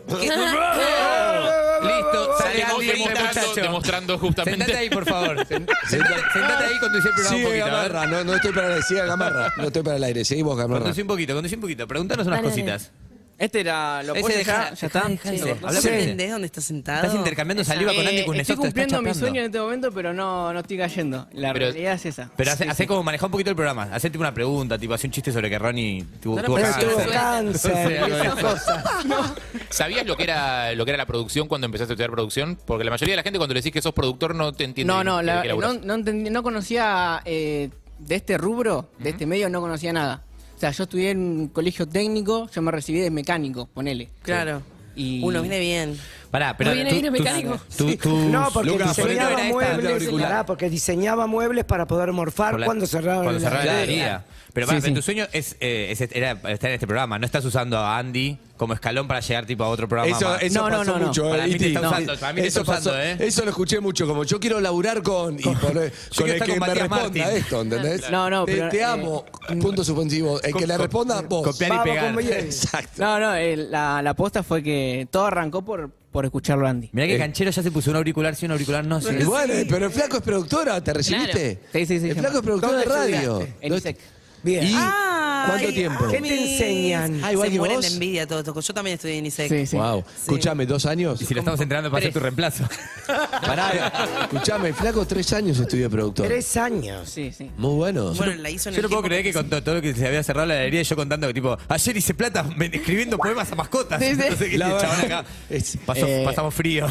I: Listo, sale
F: Estamos
I: Andy,
F: demostrando,
I: muchacho.
F: demostrando justamente.
I: Sentate ahí, por favor. Sen- Sentate sentate ahí, conducí el programa un
C: Sigue
I: poquito. a ver.
C: Gamarra, no, no estoy para el aire, sigue Gamarra, no estoy para el aire, seguimos Gamarra.
I: Conducí un poquito, conducí un poquito. Preguntanos unas
D: Dale, dale.
I: cositas.
D: Este era lo
I: Ese
D: puedo
I: deja-
D: dejar, ya está.
I: deja- deja-
D: Sí.
I: habla con él.
N: dónde estás sentado?
I: Estás intercambiando saliva con Andy
D: Eh,
I: Kuznetsov.
D: Estoy
I: te estás
D: cumpliendo mi
I: chapando.
D: sueño en este momento, pero no, no estoy cayendo. La
I: Pero-
D: realidad es esa.
I: Pero hace, hace como manejar un poquito el programa. Hacé tipo una pregunta, tipo, hace un chiste sobre que Ronnie tuvo,
D: No, no,
I: tuvo
D: pero
I: cáncer.
D: tuvo
G: cáncer,
I: Sí, algo de eso.
F: ¿Sabías lo que era lo que era la producción cuando empezaste a estudiar producción? Porque la mayoría de la gente cuando le decís que sos productor no te entiende.
D: No, no,
F: de
D: la-
F: qué
D: no,
F: laburás.
D: no entendí- no conocía eh, de este rubro, de este medio, no conocía nada. O sea, yo estudié en un colegio técnico, yo me recibí de mecánico, ponele.
N: Claro.
D: Y...
N: Uno viene bien.
I: Pará, pero.
D: No viene
I: tú-
D: bien el
I: tú-
D: mecánico.
I: tú-
D: Sí.
I: tú-
G: No, porque
I: Lucas, por eso
G: diseñaba
I: era esta,
G: muebles,
I: la auricular.
G: pará, porque diseñaba muebles para poder morfar
I: Por la-
G: cuando cerraron la
I: cuando cerraron la heladería. Pero, pará,
G: Sí, sí.
I: pero tu sueño es, eh, es- era estar en este programa. No estás usando a Andy como escalón para llegar tipo a otro programa.
C: Eso,
I: más.
C: eso pasó mucho,
I: Para
C: eh,
I: mí te
C: Iti.
I: está usando, para mí te está
C: eso, pasó-
I: usando, ¿eh?
C: eso lo escuché mucho, como yo quiero laburar con, y por- con
I: quiero
C: el
I: estar
C: que
I: con
C: me
I: Matías
C: responda
I: Martín.
C: esto, ¿entendés?
D: No, no,
C: te,
D: pero,
C: te
D: eh,
C: amo, punto suspensivo. El que le responda, vos.
I: copiar y
C: Vamos
I: pegar.
C: con Miguel. Exacto.
D: No, no, eh, la, la posta fue que todo arrancó por, por escucharlo a Andy.
I: Mirá que canchero ya se puso un auricular, sí, un auricular no. sí.
C: Y bueno, pero el flaco es productora, ¿te recibiste?
D: Claro. Sí, sí, sí,
C: El
D: sí.
C: flaco es productor de
D: ¿Dónde
C: radio.
D: estudiaste? En ISEC.
C: Bien. ¿Y
N: Ah, Ay,
C: cuánto tiempo?
G: ¿Qué te enseñan?
N: Ah, igual
G: Ah, igual
N: se
G: que
N: mueren
G: vos.
N: de envidia todos estos. Yo también estudié en ISEC.
C: Wow. Escuchame, dos años.
I: Y si lo estamos entrenando para hacer tu reemplazo.
C: Pará, escuchame, el flaco tres años estudió productor.
G: Tres años.
D: Sí, sí.
C: Muy bueno.
N: Bueno, la hizo en
I: Yo
N: el
I: no puedo
N: tiempo
I: creer que con todo, todo lo que se había cerrado la galería y yo contando que tipo, ayer hice plata me- escribiendo poemas a mascotas.
D: Sí, sí.
I: Entonces, que
C: La
I: el
C: verdad.
I: chabón acá pasó-
D: Eh.
I: pasamos frío.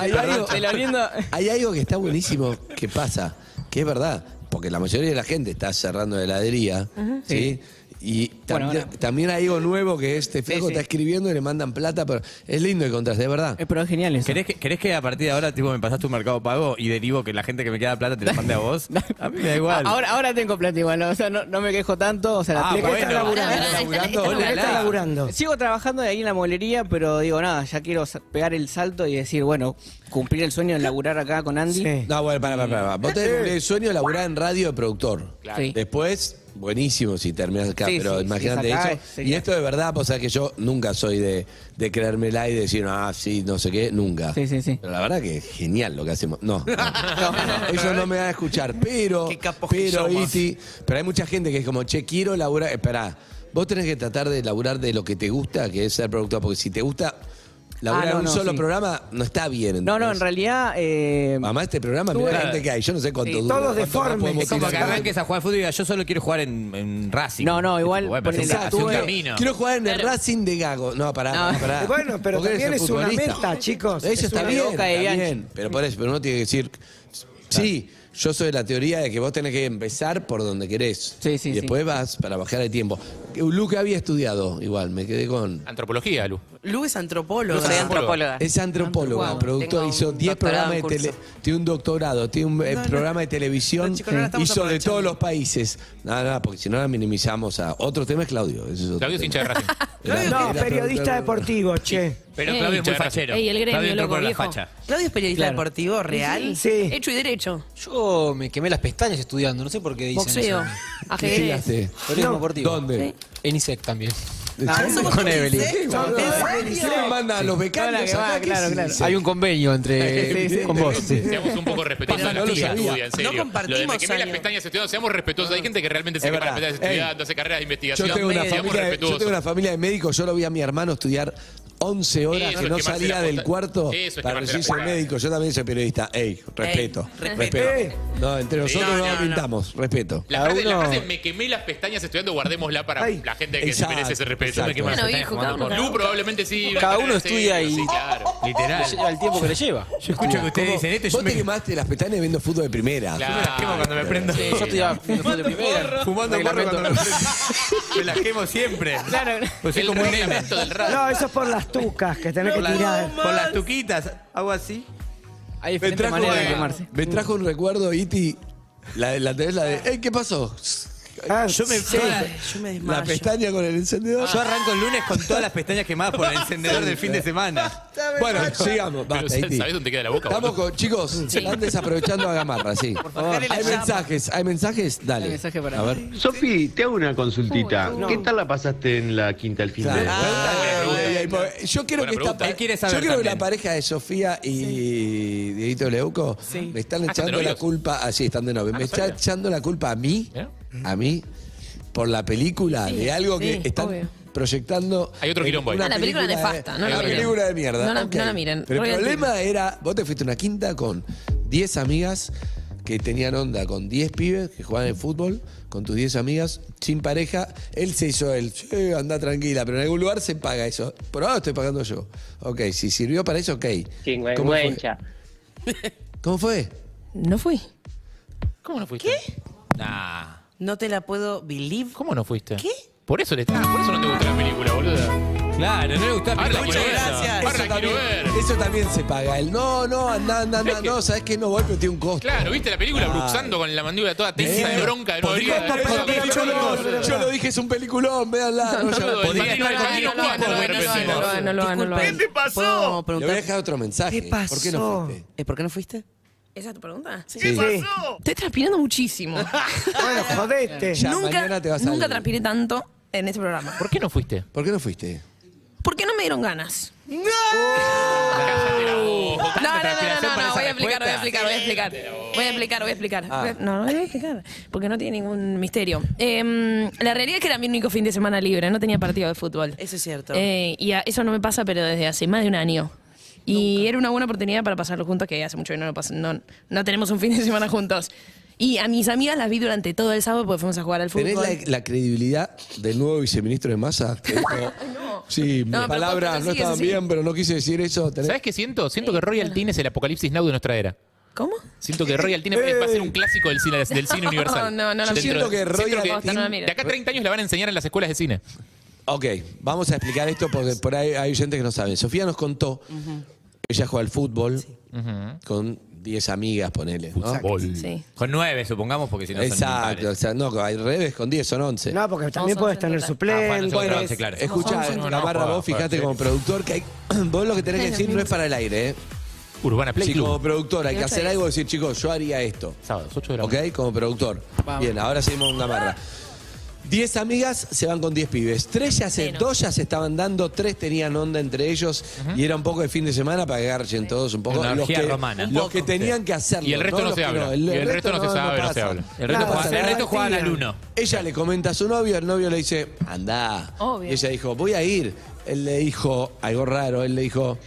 C: Hay algo,
D: Te lo lindo-
C: hay algo que está buenísimo que pasa, que es verdad, porque la mayoría de la gente está cerrando heladería, ¿sí? Y
D: Bueno,
C: también, también hay algo nuevo que este flaco
D: sí.
C: está escribiendo y le mandan plata, pero es lindo el contraste, de verdad.
D: Eh, pero es genial eso.
I: ¿Querés que, querés que a partir de ahora tipo, me pasás tu mercado pago y derivo que la gente que me queda plata te la mande a vos? A mí me da igual.
D: Ahora, ahora tengo plata igual, o sea, no, no me quejo tanto. O sea, la
I: ah,
D: tengo-
I: bueno.
G: laburando.
I: Hola,
G: Está
I: la.
G: laburando.
D: Sigo trabajando de ahí en la molería, pero digo, nada, ya quiero sa- pegar el salto y decir, bueno, cumplir el sueño de laburar acá con Andy.
G: Sí.
C: No, bueno, para, para, para. Vos tenés el sueño de laburar en radio de productor.
D: Eh, Claro. Sí.
C: Después, buenísimo si terminás acá,
D: Sí,
C: pero
D: sí,
C: imagínate
D: sí, es acá,
C: eso.
D: es- sería-
C: Y esto de verdad, vos sabés que yo nunca soy de, de creérmela y decir, ah, sí, no sé qué, nunca.
D: Sí, sí, sí.
C: Pero la verdad que es genial lo que hacemos. No, no, eso no me da a escuchar. Pero,
N: Qué capos que
C: pero,
N: somos.
C: Iti, pero hay mucha gente que es como, che, quiero laburar. Esperá, vos tenés que tratar de laburar de lo que te gusta, que es ser productor, porque si te gusta laburar
D: Ah, no,
C: en un
D: no,
C: solo
D: sí.
C: programa, no está bien.
D: No, no, en
C: ¿entendés?
D: realidad. eh,
C: Mamá, este programa, mirá la
I: Claro.
C: gente que hay. Yo no sé cuánto
D: Sí,
C: dura.
G: todos
C: cuánto más
G: deformes.
C: podemos
I: Es como que
C: tirar.
I: arranques a jugar al fútbol y digas, yo solo quiero jugar en, en Racing.
D: No, no, igual,
I: Tipo, bueno, pero
D: ponele,
I: hace un- hace un
D: tuve-
I: camino.
C: Quiero jugar en el Racing de Gago. No, pará, pará, pará.
G: Bueno, pero
C: Vos querés
G: también
C: ser
G: es una
C: futbolista.
G: meta, chicos.
C: Eso
G: Es
C: está
G: una
C: bien,
D: boca de
C: está
D: gancho.
C: bien. Pero por eso, pero uno tiene que decir, sí, yo soy de la teoría de que vos tenés que empezar por donde querés.
D: Sí, sí,
C: y
D: sí.
C: después vas para bajar el tiempo. Luca había estudiado, igual, me quedé con...
F: Antropología, Lu.
D: Lu es antropóloga.
C: Es antropóloga,
D: Antropóloga.
C: productora.
D: Tengo
C: Hizo
D: un
C: 10
D: doctorado
C: programas de
D: en
C: tele.
D: curso.
C: Tiene un doctorado, tiene un eh,
D: No, no.
C: programa de televisión.
D: No, chicos, no la estamos
C: hizo de todos los países. Nada, nada, porque si no la minimizamos a. Otro tema es Claudio. ese es otro
F: Claudio es
C: tema.
F: hincha de Racing.
G: No, periodista deportivo, che.
F: Pero Claudio es muy fachero.
A: Ey, el gremio,
F: Claudio entró
A: loco,
F: por la
A: viejo.
F: facha.
D: Claudio es periodista
O: Claro.
D: deportivo real.
A: Sí. Hecho y derecho.
O: Yo me quemé las pestañas estudiando, no sé por qué dicen
A: Boxeo,
O: eso.
A: ajedrez. ¿Qué estudiaste?
O: Turismo
A: No.
O: deportivo.
A: ¿Dónde?
O: En ISEC también.
C: Ah, ¿no somos
O: con
C: todos
O: Evelyn.
C: ISEC? Somos todos ¿En ISEC? serio? Manda a los becarios
O: Hola, que va,
C: acá, ¿qué Eh,
O: claro,
C: es
O: claro.
C: ISEC?
O: Hay un convenio entre con vos.
F: Seamos un poco respetuosos a la gente que estudia, en serio.
D: compartimos
F: Lo de me quemé las pestañas estudiando, seamos respetuosos. Hay gente que realmente se
C: Es
F: quema las
C: verdad.
F: pestañas estudiando, hace carreras de investigación.
C: Yo tengo, una
F: seamos
C: familia de, yo
F: respetuosos.
C: tengo una familia de médicos, yo lo vi a mi hermano estudiar 11 horas
F: Eso
C: que
F: es
C: no
F: quemarse la
C: salía del
F: posta-
C: cuarto
F: Eso es
C: para
F: quemarse la
C: recibirse
F: posta.
C: médico. Yo también soy periodista. Ey, respeto.
F: respeto.
C: respeto.
F: Eh.
C: No, entre nosotros
F: No,
C: no,
F: no, no.
C: pintamos. Respeto.
F: La frase, la frase, me quemé las pestañas estudiando, guardémosla para la gente que se
C: Exacto,
F: merece ese respeto.
C: exacto.
F: Me quemé las
C: Bueno,
F: pestañas
C: viejo, cada
F: jugando
C: uno,
F: por-
C: cada
F: Lu probablemente sí.
O: Cada
F: va a
O: uno
F: tener
O: estudia
F: sí,
O: y-
F: claro.
O: Literal. Le lleva el tiempo que le lleva. Yo
I: escucho que ustedes
C: ¿Cómo?
I: dicen esto y este yo
C: Vos te
I: me-
C: quemaste las pestañas viendo fútbol de primera.
I: Yo me las quemo cuando me prendo.
O: Sí, yo estudiaba fútbol de primera.
I: Fumando porro
O: Reglamento.
I: cuando me prendo. Me las quemo siempre. Claro. Pues soy
F: El
I: como un nene.
F: reglamento del rap.
G: No, eso es por las tucas que tenés
I: Por
G: que
I: las-
G: tirar.
I: por las tuquitas. Hago así.
M: Hay
C: Me
M: diferentes
C: trajo,
M: maneras de
C: eh,
M: quemarse.
C: me trajo un recuerdo, Iti. La, la tenés la de. "Ey, ¿Qué pasó?
G: Ah,
I: Yo me,
C: Sí.
I: todas-
D: Yo me
C: La
D: desmayo.
C: pestaña con el encendedor.
A: Ah.
I: yo arranco el lunes con todas las pestañas quemadas por el encendedor del fin de semana.
C: Bueno, sigamos.
F: Pero,
C: Basta, Iti.
F: ¿Sabés dónde queda la boca?
C: Estamos
F: boludo?
C: con, chicos, están desaprovechando a Gamarra, sí.
K: favor.
C: Hay mensajes, hay mensajes, dale. a ver.
K: Sofi, te hago una consultita. ¿Qué tal la pasaste en la quinta al fin
A: Ah,
K: de?
C: Ay, ay, po- Yo quiero
K: Buena
C: que, esta,
K: pregunta.
C: pa-
K: Él quiere
C: yo
K: saber
C: creo que la
K: también.
C: pareja de Sofía y Dieguito Leuco me están
K: Ah, ¿están de
C: echando la
K: novios?
C: culpa. Así están de novio. Me
K: Ah, no
C: están
K: sabía.
C: echando la culpa a mí, a mí, por la película
A: Sí,
C: de algo
A: sí,
C: que están
A: obvio.
C: proyectando.
F: Hay otro
C: en
F: quilombo ahí.
C: una
A: Ah, la película
C: de-
A: nefasta, no la
C: una
A: miren.
C: película de mierda.
A: No la-
C: ok.
A: no la miren,
C: Pero el
A: Royal
C: problema era, vos te fuiste a una quinta con 10 amigas que tenían onda con 10 pibes que jugaban al fútbol, con tus 10 amigas, sin pareja, él se hizo él, "Che, anda tranquila, pero en algún lugar se paga eso. Por ahora lo estoy pagando yo. Ok, si sirvió para eso, ok. ¿Cómo fue? ¿Cómo fue?
A: No fui.
F: ¿Cómo no fuiste? ¿Qué? Nah.
D: No te la puedo believe.
F: ¿Cómo no fuiste?
D: ¿Qué?
F: Por eso le está, por eso no te gustó la película, boluda.
I: Claro, no le gustó
F: Ahora la quiero ver. Ahora
C: Eso
F: la quiero
C: también,
F: ver.
C: eso también se paga. El no, no, anda, anda, anda, no, sabes que no voy, pero tiene un costo.
F: Claro, ¿viste la película?
C: Ah.
F: Bruxando con la mandíbula toda tensa de bronca de no
C: Podría
F: abrir la
C: estar
F: cabeza.
C: pasando un peliculón. Yo lo dije, es un peliculón, véanla. No, ya-
F: Podría estar
A: no lo hagan,
F: pasando de
A: no
F: repente.
A: lo hagan, no lo hagan, no lo hagan.
D: ¿Qué te pasó? ¿Puedo
C: Le voy a
D: preguntar?
C: dejar otro mensaje.
D: ¿Qué pasó?
C: ¿Por qué no fuiste?
D: Eh, ¿Por qué no fuiste?
A: ¿Esa es tu pregunta?
C: ¿Qué Sí.
A: pasó? Estoy transpirando muchísimo.
G: Bueno, jodete.
C: Ya,
A: nunca
C: mañana te vas a
A: nunca
C: ir.
A: transpiré tanto en este programa.
F: ¿Por qué no fuiste?
C: ¿Por qué no fuiste?
A: ¿Por qué no me dieron ganas? ¡No! no,
F: No,
A: no, no, no,
I: para
A: no,
I: esa
A: voy a explicar, voy a
I: respuesta.
A: explicar, voy a explicar. Voy a explicar, voy a explicar.
I: Ah.
A: Voy a- No, no voy a explicar, porque no tiene ningún misterio. Em, la realidad es que era mi único fin de semana libre, no tenía partido de fútbol.
D: Eso es cierto.
A: Eh, y a- eso no me pasa, pero desde hace más de un año. Y era una buena oportunidad para pasarlo juntos, que hace mucho que no lo pas- no, no tenemos un fin de semana juntos. Y a mis amigas las vi durante todo el sábado porque fuimos a jugar al
C: ¿Tenés
A: fútbol.
C: la, la credibilidad del nuevo viceministro de Massa? Que dijo, Sí, mis
A: No, pero
C: palabras
A: posta,
C: no
A: sí, eso
C: estaban
A: sí.
C: bien, pero no quise decir eso. Tenés-
F: ¿Sabes qué siento? Siento que Royal Teen es el apocalipsis now de nuestra era.
A: ¿Cómo?
F: Siento que Royal Teen va a ser un clásico del cine, del cine
A: No,
F: universal.
A: no, no, no.
F: Dentro
A: Siento
F: de-
A: que Royal Teen- no, no, mira.
F: De acá a 30 años la van a enseñar en las escuelas de cine.
C: Ok, vamos a explicar esto porque por ahí hay gente que no sabe. Sofía nos contó que ella juega al fútbol con 10 amigas, ponele. ¿no?
A: Sí.
I: Con nueve, supongamos, porque si no
C: Exacto, o sea, no, hay redes con 10 son 11.
G: No, porque también puedes tener suplentes.
C: Bueno,
I: once, claro.
C: escuchá,
I: No, no,
C: Gamarra,
I: juega,
C: vos
I: juega,
C: fijate
I: sí.
C: como productor que hay, vos lo que tenés que decir no es para el aire, ¿eh?
F: Urbana Play
C: Sí,
F: Club.
C: como productor hay que
F: De ocho a
C: hacer
F: diez.
C: algo y decir, chicos, yo haría esto.
F: Sábados, 8 de la
C: ¿Ok? Como productor. Bien, ahora seguimos con Gamarra. 10 amigas se van con 10 pibes. Tres ya se, dos ya se estaban dando, tres tenían onda entre ellos y era un poco de fin de semana para que agarren todos un poco.
I: Una
C: los
I: orgía
C: que,
I: romana.
C: Los que tenían que hacerlo.
F: Y el resto no
C: Los
F: se
C: que
F: habla. Y el resto no se sabe, no se
C: pasa.
F: habla. El resto
C: No
F: juega-
C: pasa
F: el
C: nada.
F: resto juegan al uno.
C: Ella le comenta a su novio, el novio le dice, anda.
A: Obvio.
C: Ella dijo, voy a ir. Él le dijo algo raro, él le dijo,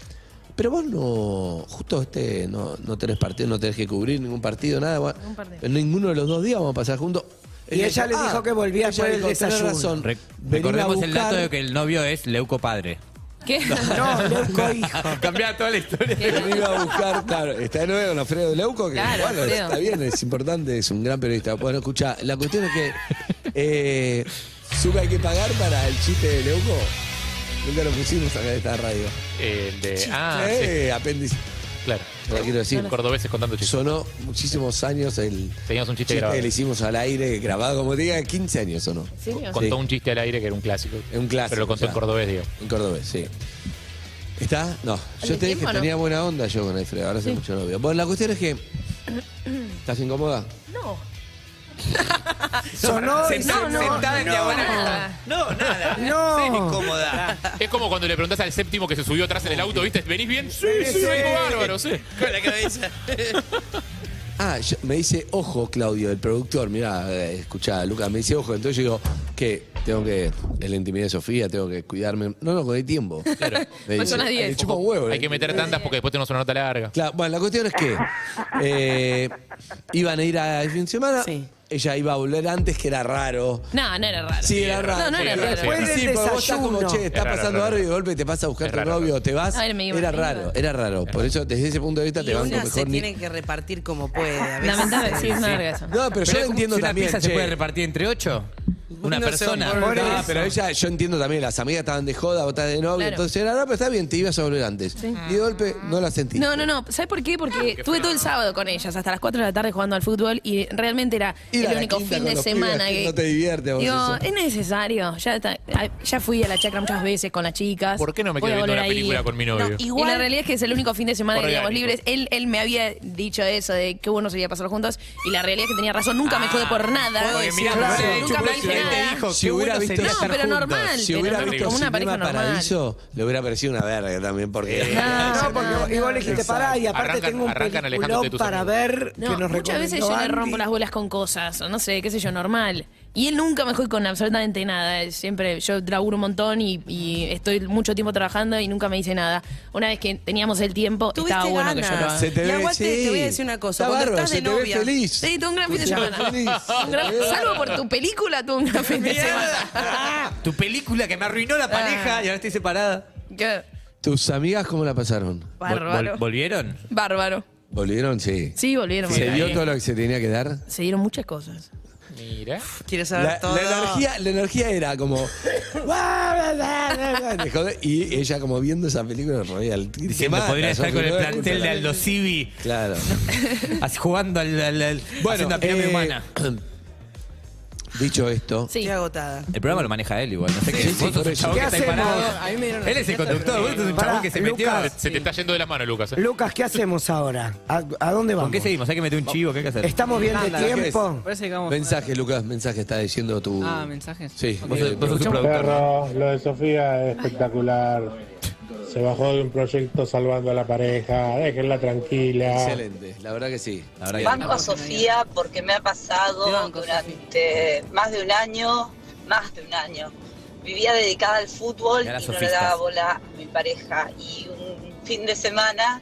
C: pero vos no, justo este, no, no tenés partido, no tenés que cubrir ningún partido, nada. bueno,
A: Ningún partido.
C: En ninguno de los dos días vamos a pasar juntos.
G: Y ella le dijo que volvía
C: "Ah". ella
G: por el
C: dijo, "Tenés
G: desayuno".
C: razón.
I: Re-
C: Venime
I: Recordemos
C: a
I: el
C: buscar".
I: dato de que el novio es Leuco padre.
A: ¿Qué?
G: No, Leuco hijo.
I: Cambiaba toda la historia.
C: Me iba a buscar, claro, está de nuevo con Alfredo Leuco, que
A: Claro,
C: bueno,
A: Alfredo.
C: está bien, es importante, es un gran periodista. Bueno, escucha, la cuestión es que eh, Zucca hay que pagar para el chiste de Leuco. Nunca lo pusimos acá en esta radio.
F: El de. Ah,
C: Eh,
F: sí.
C: apéndice.
F: Claro.
C: Lo quiero decir.
F: Cordobeses contando chistes.
C: Sonó muchísimos años el.
F: Teníamos un chiste grabado.
C: Le hicimos al aire, grabado como diga, 15 años o no.
A: ¿Serio?
F: Contó un chiste al aire que era un clásico.
C: Un clásico.
F: Pero lo contó
C: ya.
F: en cordobés, digo.
C: En cordobés, sí. ¿Está? No. Yo
A: ¿Hace
C: te dije
A: tiempo
C: que
A: o no?
C: tenía buena onda yo con Alfredo, ahora hace
A: Sí.
C: mucho no lo veo. Bueno, la cuestión es que. ¿Estás incómoda?
A: No.
G: Sonó
A: y se- No, no, sentada en no, diagonal. nada.
I: No, nada.
G: No.
I: Ser incómoda.
A: Ah.
F: Es como cuando le preguntás al séptimo que se subió atrás en el auto, ¿viste? ¿Venís bien? Sí,
G: sí.
F: Vengo bárbaro, sí.
I: Con la cabeza.
C: Ah, yo- me dice, ojo, Claudio, el productor, mirá, eh, escuchá, Lucas, me dice, ojo. Entonces yo digo, ¿qué? Tengo que. Es la intimidad de Sofía, tengo que cuidarme. No, no, con el tiempo. Claro.
A: Son las 10.
C: chupa un huevo.
F: Hay que meter tantas porque después tenemos una nota larga.
C: Claro, bueno, la cuestión es que eh, iban a ir a el fin de semana. Ella iba a volver antes, que era raro.
A: No, no era raro.
C: Sí, era raro.
A: No, no era
C: Sí,
A: raro.
C: Sí,
G: Después
C: sí,
G: del
C: porque vos estás
G: desayuno.
C: como, che, está
F: Es raro,
C: pasando
F: raro.
C: algo y de golpe te vas a buscar
F: Es
C: tu
F: raro,
C: novio,
F: raro.
C: te vas.
A: A ver, me iba,
C: Era
A: me iba.
C: raro, era raro. Por eso, desde ese punto de vista,
D: Y
C: te van
D: una
C: con
D: se
C: mejor. ni-
D: tiene que repartir como pueda.
A: Lamentable, sí, es una verga eso.
C: No, pero, yo entiendo
I: si una
C: también.
I: pizza se
C: che.
I: puede repartir entre ocho? Una
D: No se
I: persona.
D: va a poner-
C: Ah, pero ella, yo entiendo también, las amigas estaban de joda, vos estás de novio,
A: Claro.
C: entonces era, no, pero está bien, te ibas a volver antes. Y de golpe no la sentí.
A: No, no, no. ¿Sabes por qué? Porque estuve todo el sábado con ellas, hasta las 4 de la tarde jugando al fútbol y realmente era
C: Ir a
A: el
C: la
A: único
C: quinta
A: fin
C: con
A: de
C: los pibes,
A: semana que.
C: No te divierte vos.
A: Digo,
C: eso.
A: es necesario. Ya, está- ya fui a la chacra muchas veces con las chicas.
F: ¿Por qué no me
A: Voy
F: quedo
A: a
F: viendo
A: volver
F: una
A: ahí.
F: película con mi novio?
A: Y la realidad es que es el único fin de semana que teníamos
F: Orgánico.
A: libres. Él, él me había dicho eso de qué bueno sería pasarlo juntos. Y la realidad es que tenía razón. Nunca me
F: Ah,
A: jode por nada.
F: porque mirá,
A: Claro,
F: no sé,
A: nunca me
F: Chupachi,
A: dije
F: él te
A: nada.
I: dijo,
C: Si
I: qué
C: hubiera
I: bueno
C: visto
I: sería
A: No,
I: estar
A: pero
I: juntos.
A: normal.
C: Si hubiera
A: pero
C: visto
A: como una
C: Cinema
A: pareja normal.
C: Paraíso, le hubiera parecido una verga también, porque.
G: No, porque igual le dijiste, pará, y aparte
F: Arrancan-
G: tengo un
F: arrancan alejándote de
G: peliculón
F: tus
G: para ver
A: No,
G: que nos
A: muchas veces yo le
G: recomendó
A: rompo
G: Andy.
A: las bolas con cosas, o no sé, qué sé yo, normal. Y él nunca me jode con absolutamente nada. Él Siempre yo laburo un montón y, y estoy mucho tiempo trabajando y nunca me dice nada. Una vez que teníamos el tiempo,
D: Tuviste
A: oh, estaba bueno que yo lo
D: ganas.
A: haga.
C: Se te
D: Y
C: ve,
D: aguante,
C: sí.
D: te voy a decir una cosa,
C: Está
D: cuando
C: bárbaro,
D: estás de
C: se te ve
D: novia-
C: feliz.
A: Sí, tuve un gran fin de
C: Se te ve
A: semana.
C: feliz. Eh,
A: Un gran-
C: Se te ve-
A: salvo por tu película, tuve un gran fin de semana.
I: Tu película que me arruinó la pareja y ahora estoy separada.
A: Qué
C: ¿Tus amigas cómo la pasaron?
A: Bárbaro.
I: Vol- ¿Volvieron?
A: Bárbaro.
C: ¿Volvieron? Sí.
A: Sí, volvieron.
C: ¿Se
A: volvieron.
C: dio todo lo que se tenía que dar?
A: Se dieron muchas cosas.
F: Mira.
D: ¿Quieres saber
C: La,
D: todo?
C: la energía, la energía era como. de joder, y ella como viendo esa película royal.
I: Diciendo, podría estar con el plantel de Aldo Civi,
C: Claro.
I: así jugando al, al, al- haciendo una pirámide
C: eh,
I: humana.
C: Dicho esto,
A: Sí.
D: Estoy agotada.
I: El programa lo maneja él igual, no sé qué.
C: Sí, sí,
I: Vos sos
C: por
I: un
C: eso.
I: chabón
G: ¿Qué
I: que está ahí
G: hacemos?
I: parado.
M: A mí me dieron
I: Él es el conductor, vos sos un
G: Pará,
I: chabón que se metió.
G: Lucas.
F: Se te está yendo de las manos, Lucas. ¿eh?
G: Lucas, ¿qué hacemos ahora? ¿A, a dónde vamos?
I: ¿Con qué seguimos? Hay que meter un chivo, ¿qué hay que hacer?
G: ¿Estamos bien de
M: Nada,
G: tiempo?
M: Parece que vamos.
C: mensaje, Lucas, mensaje está diciendo tu.
M: Ah, mensajes.
C: Sí, eh,
I: Vos sos, vos sos un
M: Escuchamos.
I: productor.
P: lo de Sofía es espectacular. Se bajó de un proyecto salvando a la pareja, déjenla tranquila.
C: excelente, la verdad que sí.
I: La verdad que-
B: Banco a Sofía porque me ha pasado
M: Te banco,
B: durante más de un año, más de un año. Vivía dedicada al fútbol
I: Y a las
B: y no le
I: sofistas.
B: daba bola a mi pareja. Y un fin de semana,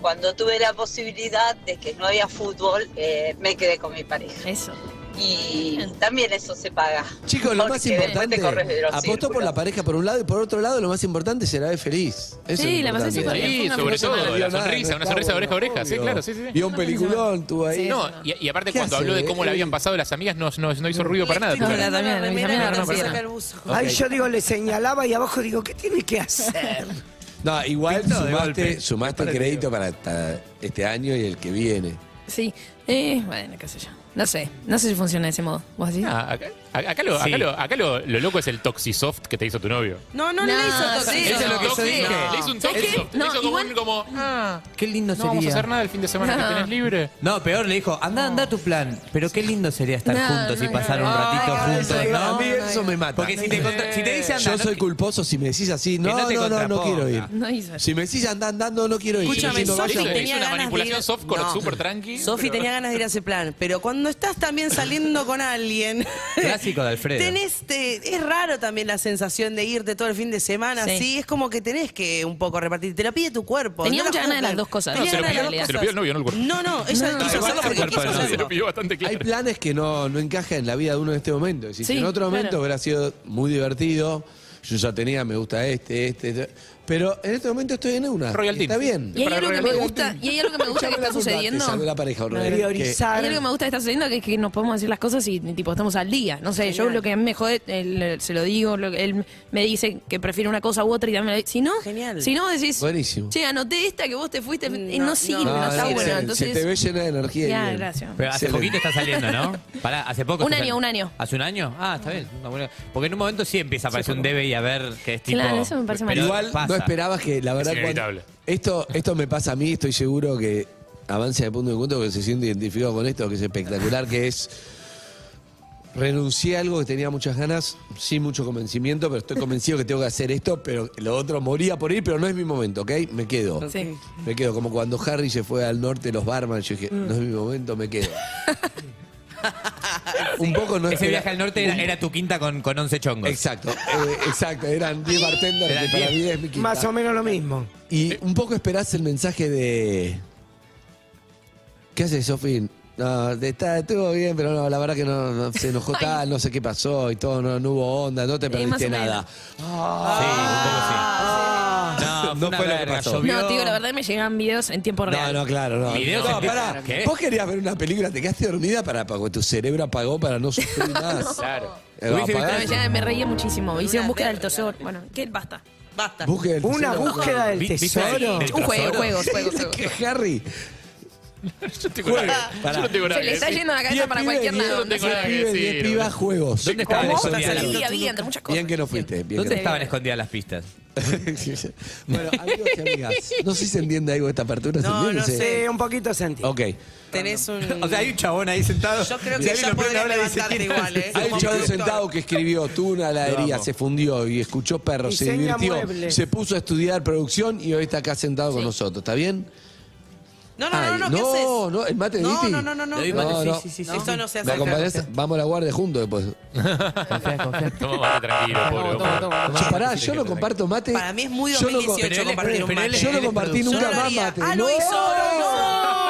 B: cuando tuve la posibilidad de que no había fútbol, eh, me quedé con mi pareja.
A: Eso.
B: Y también eso se paga.
C: Chicos, lo
B: Porque
C: más
B: después te
C: importante,
B: corres de los
C: apostó por
B: círculos.
C: la pareja por un lado y por otro lado, lo más importante será ver feliz. Eso
A: Sí,
C: es
A: la
C: lo
A: pasé
C: importante.
A: súper bien.
F: Sí,
A: Fue una
F: sobre
A: fin de
F: todo,
A: semana.
F: la
C: Nada,
F: sonrisa,
C: no
F: una
C: está
F: sonrisa de oreja a
C: bueno,
F: oreja. Sí,
C: obvio.
F: claro, sí, sí. sí.
C: Vio un peliculón, estuvo ahí.
F: No, y, y aparte
C: ¿Qué
F: cuando
C: hace,
F: habló de cómo
C: eh?
F: le habían pasado las amigas, no, no, no hizo ruido para nada. "Ah,
D: No,
A: Claro.
D: la
F: Lucas.
D: Damiana,
A: Remera,
D: mis amigas
A: no
D: no
A: te
D: saca
A: saca
D: el buzo.
G: Ahí yo digo, le señalaba y abajo digo, ¿qué tiene que hacer?
C: No, igual
I: Pinto de
C: sumaste,
I: golpe.
C: sumaste
I: Parece
C: crédito para esta- este año y el que viene.
A: Sí. Eh, bueno, qué sé yo. No sé. No sé si funciona de ese modo. ¿Vos decís?
F: Ah, acá, acá lo,
I: Sí.
F: acá lo- acá lo- lo loco es el toxisoft que te hizo tu novio.
D: No, no, le
A: No,
D: hizo
A: sí,
D: toxicidad.
A: Eso es lo que yo
F: Toxi-
A: dije.
F: Le hizo un
A: ¿Sabes qué?
F: toxisoft.
A: No,
F: le hizo como
A: igual-
F: un como,
D: Ah,
I: Qué lindo
F: no
I: sería.
F: vamos a hacer nada el fin de semana
A: No.
F: que tenés libre.
I: No, peor le dijo, anda, anda tu plan. Pero qué lindo sería estar
A: No,
I: juntos y
A: no,
I: pasar
A: no.
I: un ratito
A: Ay,
I: juntos,
C: Eso,
I: ¿no?
C: a mí eso me mata.
I: Porque si te, contra- si te dice anda,
C: Yo
I: no
C: soy
I: que-
C: culposo si me decís así. No,
I: no te
C: no, no, no
I: contraponga.
C: quiero ir.
A: No hizo eso.
C: Si me decís anda andando, no quiero ir.
D: Escúchame,
C: Si me decís, no
D: Sofi
C: vayas,
D: tenía
F: hizo una
D: ganas de
F: manipulación
D: ir-
F: soft,
D: No.
F: súper tranqui,
D: Sofi
F: pero-
D: tenía ganas de ir a ese plan, pero cuando estás también saliendo con alguien.
I: Clásico de Alfredo.
D: Tenés, te- es raro también la sensación de irte todo el fin de semana,
A: Sí.
D: sí. Es como que tenés que un poco repartir. Te lo pide tu cuerpo.
A: Tenía
D: no
A: muchas
D: lo
A: ganas de las
D: juzgan.
A: dos cosas.
D: Tenía
A: No, se lo
D: ganas de
A: pidió-
D: las
F: se
D: dos
F: lo pidió el novio, no el
D: cosas.
F: cuerpo.
D: No, no, ella quiso
I: igual
D: hacerlo
I: el
D: porque quiso
I: cuerpo del novio.
F: Se
D: hacerlo.
F: lo pidió bastante
C: Hay
F: claro.
C: planes que no, no encajan en la vida de uno en este momento. Es decir,
A: Sí,
C: que en otro
A: claro.
C: momento hubiera sido muy divertido. Yo ya tenía, me gusta este, este. este. Pero en este momento estoy en una.
F: Royal
C: Está
F: Team.
C: bien.
A: Y hay algo que me gusta, y hay algo que me gusta que
C: Echame la
A: está
C: culpa,
A: sucediendo.
C: te salvé la pareja, Orlando.
A: Hay
C: Que-
A: algo que me gusta que está sucediendo que es que nos podemos decir las cosas y tipo estamos al día. No sé, yo lo que a mí me jode, él, eh, se lo digo, lo- él me dice que prefiere una cosa u otra y también me lo dice. Si no, si no decís,
C: Buenísimo.
A: che, anoté esta que vos te fuiste, y no, sirve, no,
C: No,
A: está
C: no,
A: bueno.
C: se-
A: Entonces,
C: Se te ve llena de energía. y
A: Ya,
C: bien.
A: Ah, gracias.
F: Pero hace
C: Excelente.
F: poquito está saliendo, ¿no? Pará, hace poco.
A: Un
F: está
A: año,
F: sal-
A: un año.
F: ¿Hace un año? Ah, está bien. Una buena- Porque en un momento sí empieza a aparecer un debe y a ver que es tipo.
A: Claro, eso me parece
F: pero
A: mal.
C: Igual
F: pasa.
C: no esperabas que, la verdad,
F: Es inevitable.
C: cuando- esto, esto me pasa a mí, estoy seguro que avanza de punto de encuentro, que se siente identificado con esto, que es espectacular, que es renuncié a algo que tenía muchas ganas, sin mucho convencimiento, pero estoy convencido que tengo que hacer esto, pero lo otro moría por ir, pero no es mi momento, ¿ok? Me quedo.
A: Sí.
C: Me quedo, como cuando Harry se fue al norte, los barman, yo
A: Mm.
C: dije, no es mi momento, me quedo. Un poco no
F: Ese
C: espera-
F: viaje al norte era, era tu quinta con, con 11 chongos.
C: Exacto, eh, exacto, eran 10 bartenders
F: Eran
C: que para
F: 10.
C: mí es mi quinta.
G: Más o menos lo mismo.
C: Y un poco esperás el mensaje de. ¿Qué haces, Sofín? No, de- está, estuvo bien, pero no, la verdad que no, no, se enojó tal, no sé qué pasó y todo, no, no hubo onda, no te
A: más o
C: perdiste
A: menos.
C: nada. Ah.
F: No,
C: No fue lo que pasó.
A: Ah, No, tío, la verdad me llegaban videos en tiempo
C: No,
A: real.
C: no, claro, no.
F: Videos
C: no,
F: en-
C: pará.
F: ¿Qué?
C: Vos querías ver una película, te quedaste dormida para porque tu cerebro apagó para no sufrir más.
F: Claro.
C: Eh, va,
F: Hubiese visto-
A: Pero me,
C: apagá.
A: llegaban, me reía muchísimo. Hicieron búsqueda del tesoro. Bueno, ¿qué? Basta. Basta.
C: Búsqueda del
G: Una
C: tesoro.
G: búsqueda del
C: Vi- viste
G: tesoro.
C: del- del
A: Un juego,
C: tesoro.
A: juegos, juegos, juegos.
C: Que Harry.
F: Yo tengo
C: Juega.
F: nada que-
C: Pará.
F: yo no tengo nada
A: Se le
F: que
A: está
F: decir.
A: yendo la cabeza
C: Diez
A: para
C: pibes,
A: cualquier
C: diez-
A: lado.
F: No tengo nada que
C: diez
F: decir,
C: pibes, pibas,
F: boludo.
C: juegos.
F: ¿Dónde estaban
A: ¿Cómo?
F: escondidas las-
A: Había, había, Eh, entre muchas cosas.
C: Bien que no fuiste. Bien
F: ¿Dónde
C: que no
F: estaban escondidas las pistas?
C: bueno, amigos y amigas, no sé si se entiende algo de esta apertura. ¿se
G: No,
C: entiende?
G: no
C: ¿Se-
G: sé, un poquito sentí.
C: Ok.
D: Tenés un.
I: O sea, hay un chabón ahí sentado.
D: Yo creo
I: Si
D: que
I: alguien
D: ya
I: lo prende
D: podrías
I: ahora, dice,
D: levantarte
I: ¿quién es?
D: igual, ¿eh?
C: Hay un chabón sentado que escribió, tuvo una heladería, se fundió y escuchó perros, se
G: Diseña
C: divirtió,
G: muebles.
C: se puso a estudiar producción y hoy está acá sentado con nosotros, ¿está bien?
D: No,
C: Ay,
D: no, no, no, ¿qué haces?
C: no, no, el mate de
D: No,
C: Viti.
D: no, no, no, no.
I: Le doy mate, sí, sí, sí, sí.
D: Eso no se hace.
C: ¿Me acompañás? Vamos a la guardia juntos después.
F: Toma mate tranquilo, pobre.
C: Che, pará, yo no comparto mate.
D: Para mí es muy
C: Yo no co-
D: 2018
F: pero él-
D: compartir un
F: pero él-
D: mate.
F: yo no
D: Él es
C: compartí
D: productor.
C: nunca más
D: Yo lo haría.
C: mate.
D: Ah, lo
C: ¡No!
D: hizo, no, no.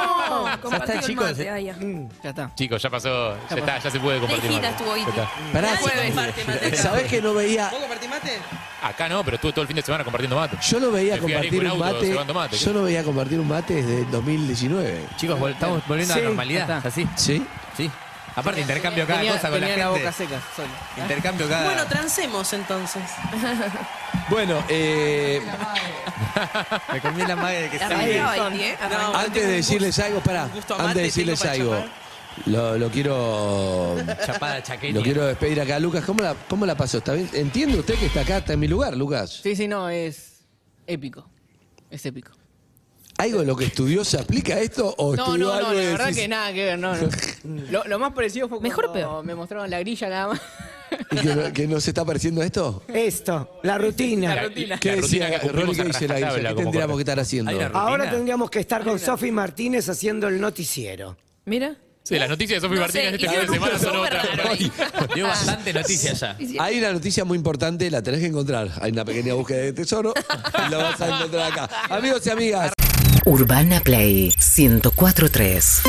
A: Compartido el
I: chicos,
A: mate, ay, ya.
M: Ya está.
F: Chicos, ya pasó. Ya está, ya se puede
A: De
F: compartir.
A: gira
F: mate.
A: estuvo
F: Ya
A: Iti.
F: está.
C: Pará,
A: Nadie comparte
D: mate.
C: ¿sabés que no veía?
D: ¿Vos compartís mate?
F: Acá no, pero estuve todo el fin de semana compartiendo mate.
C: Yo no veía
F: Me fui a
C: compartir
F: ningún
C: un
F: auto,
C: mate.
F: llevando mate, ¿qué?
C: Yo no veía compartir un mate desde el 2019.
F: Chicos, vol- estamos volviendo a
G: Sí,
F: la normalidad.
M: está.
F: ¿Así?
C: ¿Sí?
F: Sí. Aparte, intercambio cada
M: Tenía,
F: cosa con la
M: tenía
F: gente.
M: la boca seca, solo.
I: Intercambio cada.
D: Bueno, transemos entonces.
C: Bueno, eh,
I: me comí la madre que sale.
A: Arrancaba Iti, ¿eh?
D: No,
C: antes de decirles algo, pará,
D: gusto amante
C: antes de decirles
D: tengo
C: algo,
D: para
C: lo, lo quiero.
F: Chapada, chaqueña.
C: Lo quiero despedir acá, Lucas. ¿Cómo la, cómo la pasó? ¿Está bien? Entiende usted que está acá, está en mi lugar, Lucas.
M: Sí, sí, no, es épico. Es épico.
C: ¿Algo de lo que estudió se aplica a esto o
M: No,
C: estudió
M: no,
C: algo
M: no, la
C: y
M: verdad
C: decís-
M: que nada que ver, no, no. Lo, lo más parecido fue
A: Mejor o
M: cuando
A: peor.
M: me mostraron la grilla nada más.
C: y que, no, que no se está pareciendo a esto?
G: Esto, la rutina.
M: La rutina.
C: ¿Qué
F: La
C: decía
F: rutina que
C: Ronnie?
F: cumplimos
C: ¿Qué
F: a
C: dice la
F: rajatabla,
C: Guilla? ¿Qué
F: como
C: tendríamos que estar
F: Hay una
C: haciendo?
F: rutina.
G: Ahora tendríamos que estar con Sofi Martínez haciendo el noticiero.
A: Mira.
F: Sí, las noticias de Sofi
A: No
F: Martínez
A: sé,
F: este fin
A: hicieron
F: de semana
A: un
F: son
A: súper
F: otras.
A: raro ahí.
F: Dio bastante noticias ya.
C: Hay una noticia muy importante, la tenés que encontrar. Hay una pequeña búsqueda de tesoro y la vas a encontrar acá. Amigos y amigas.
Q: Urbana Play 1043.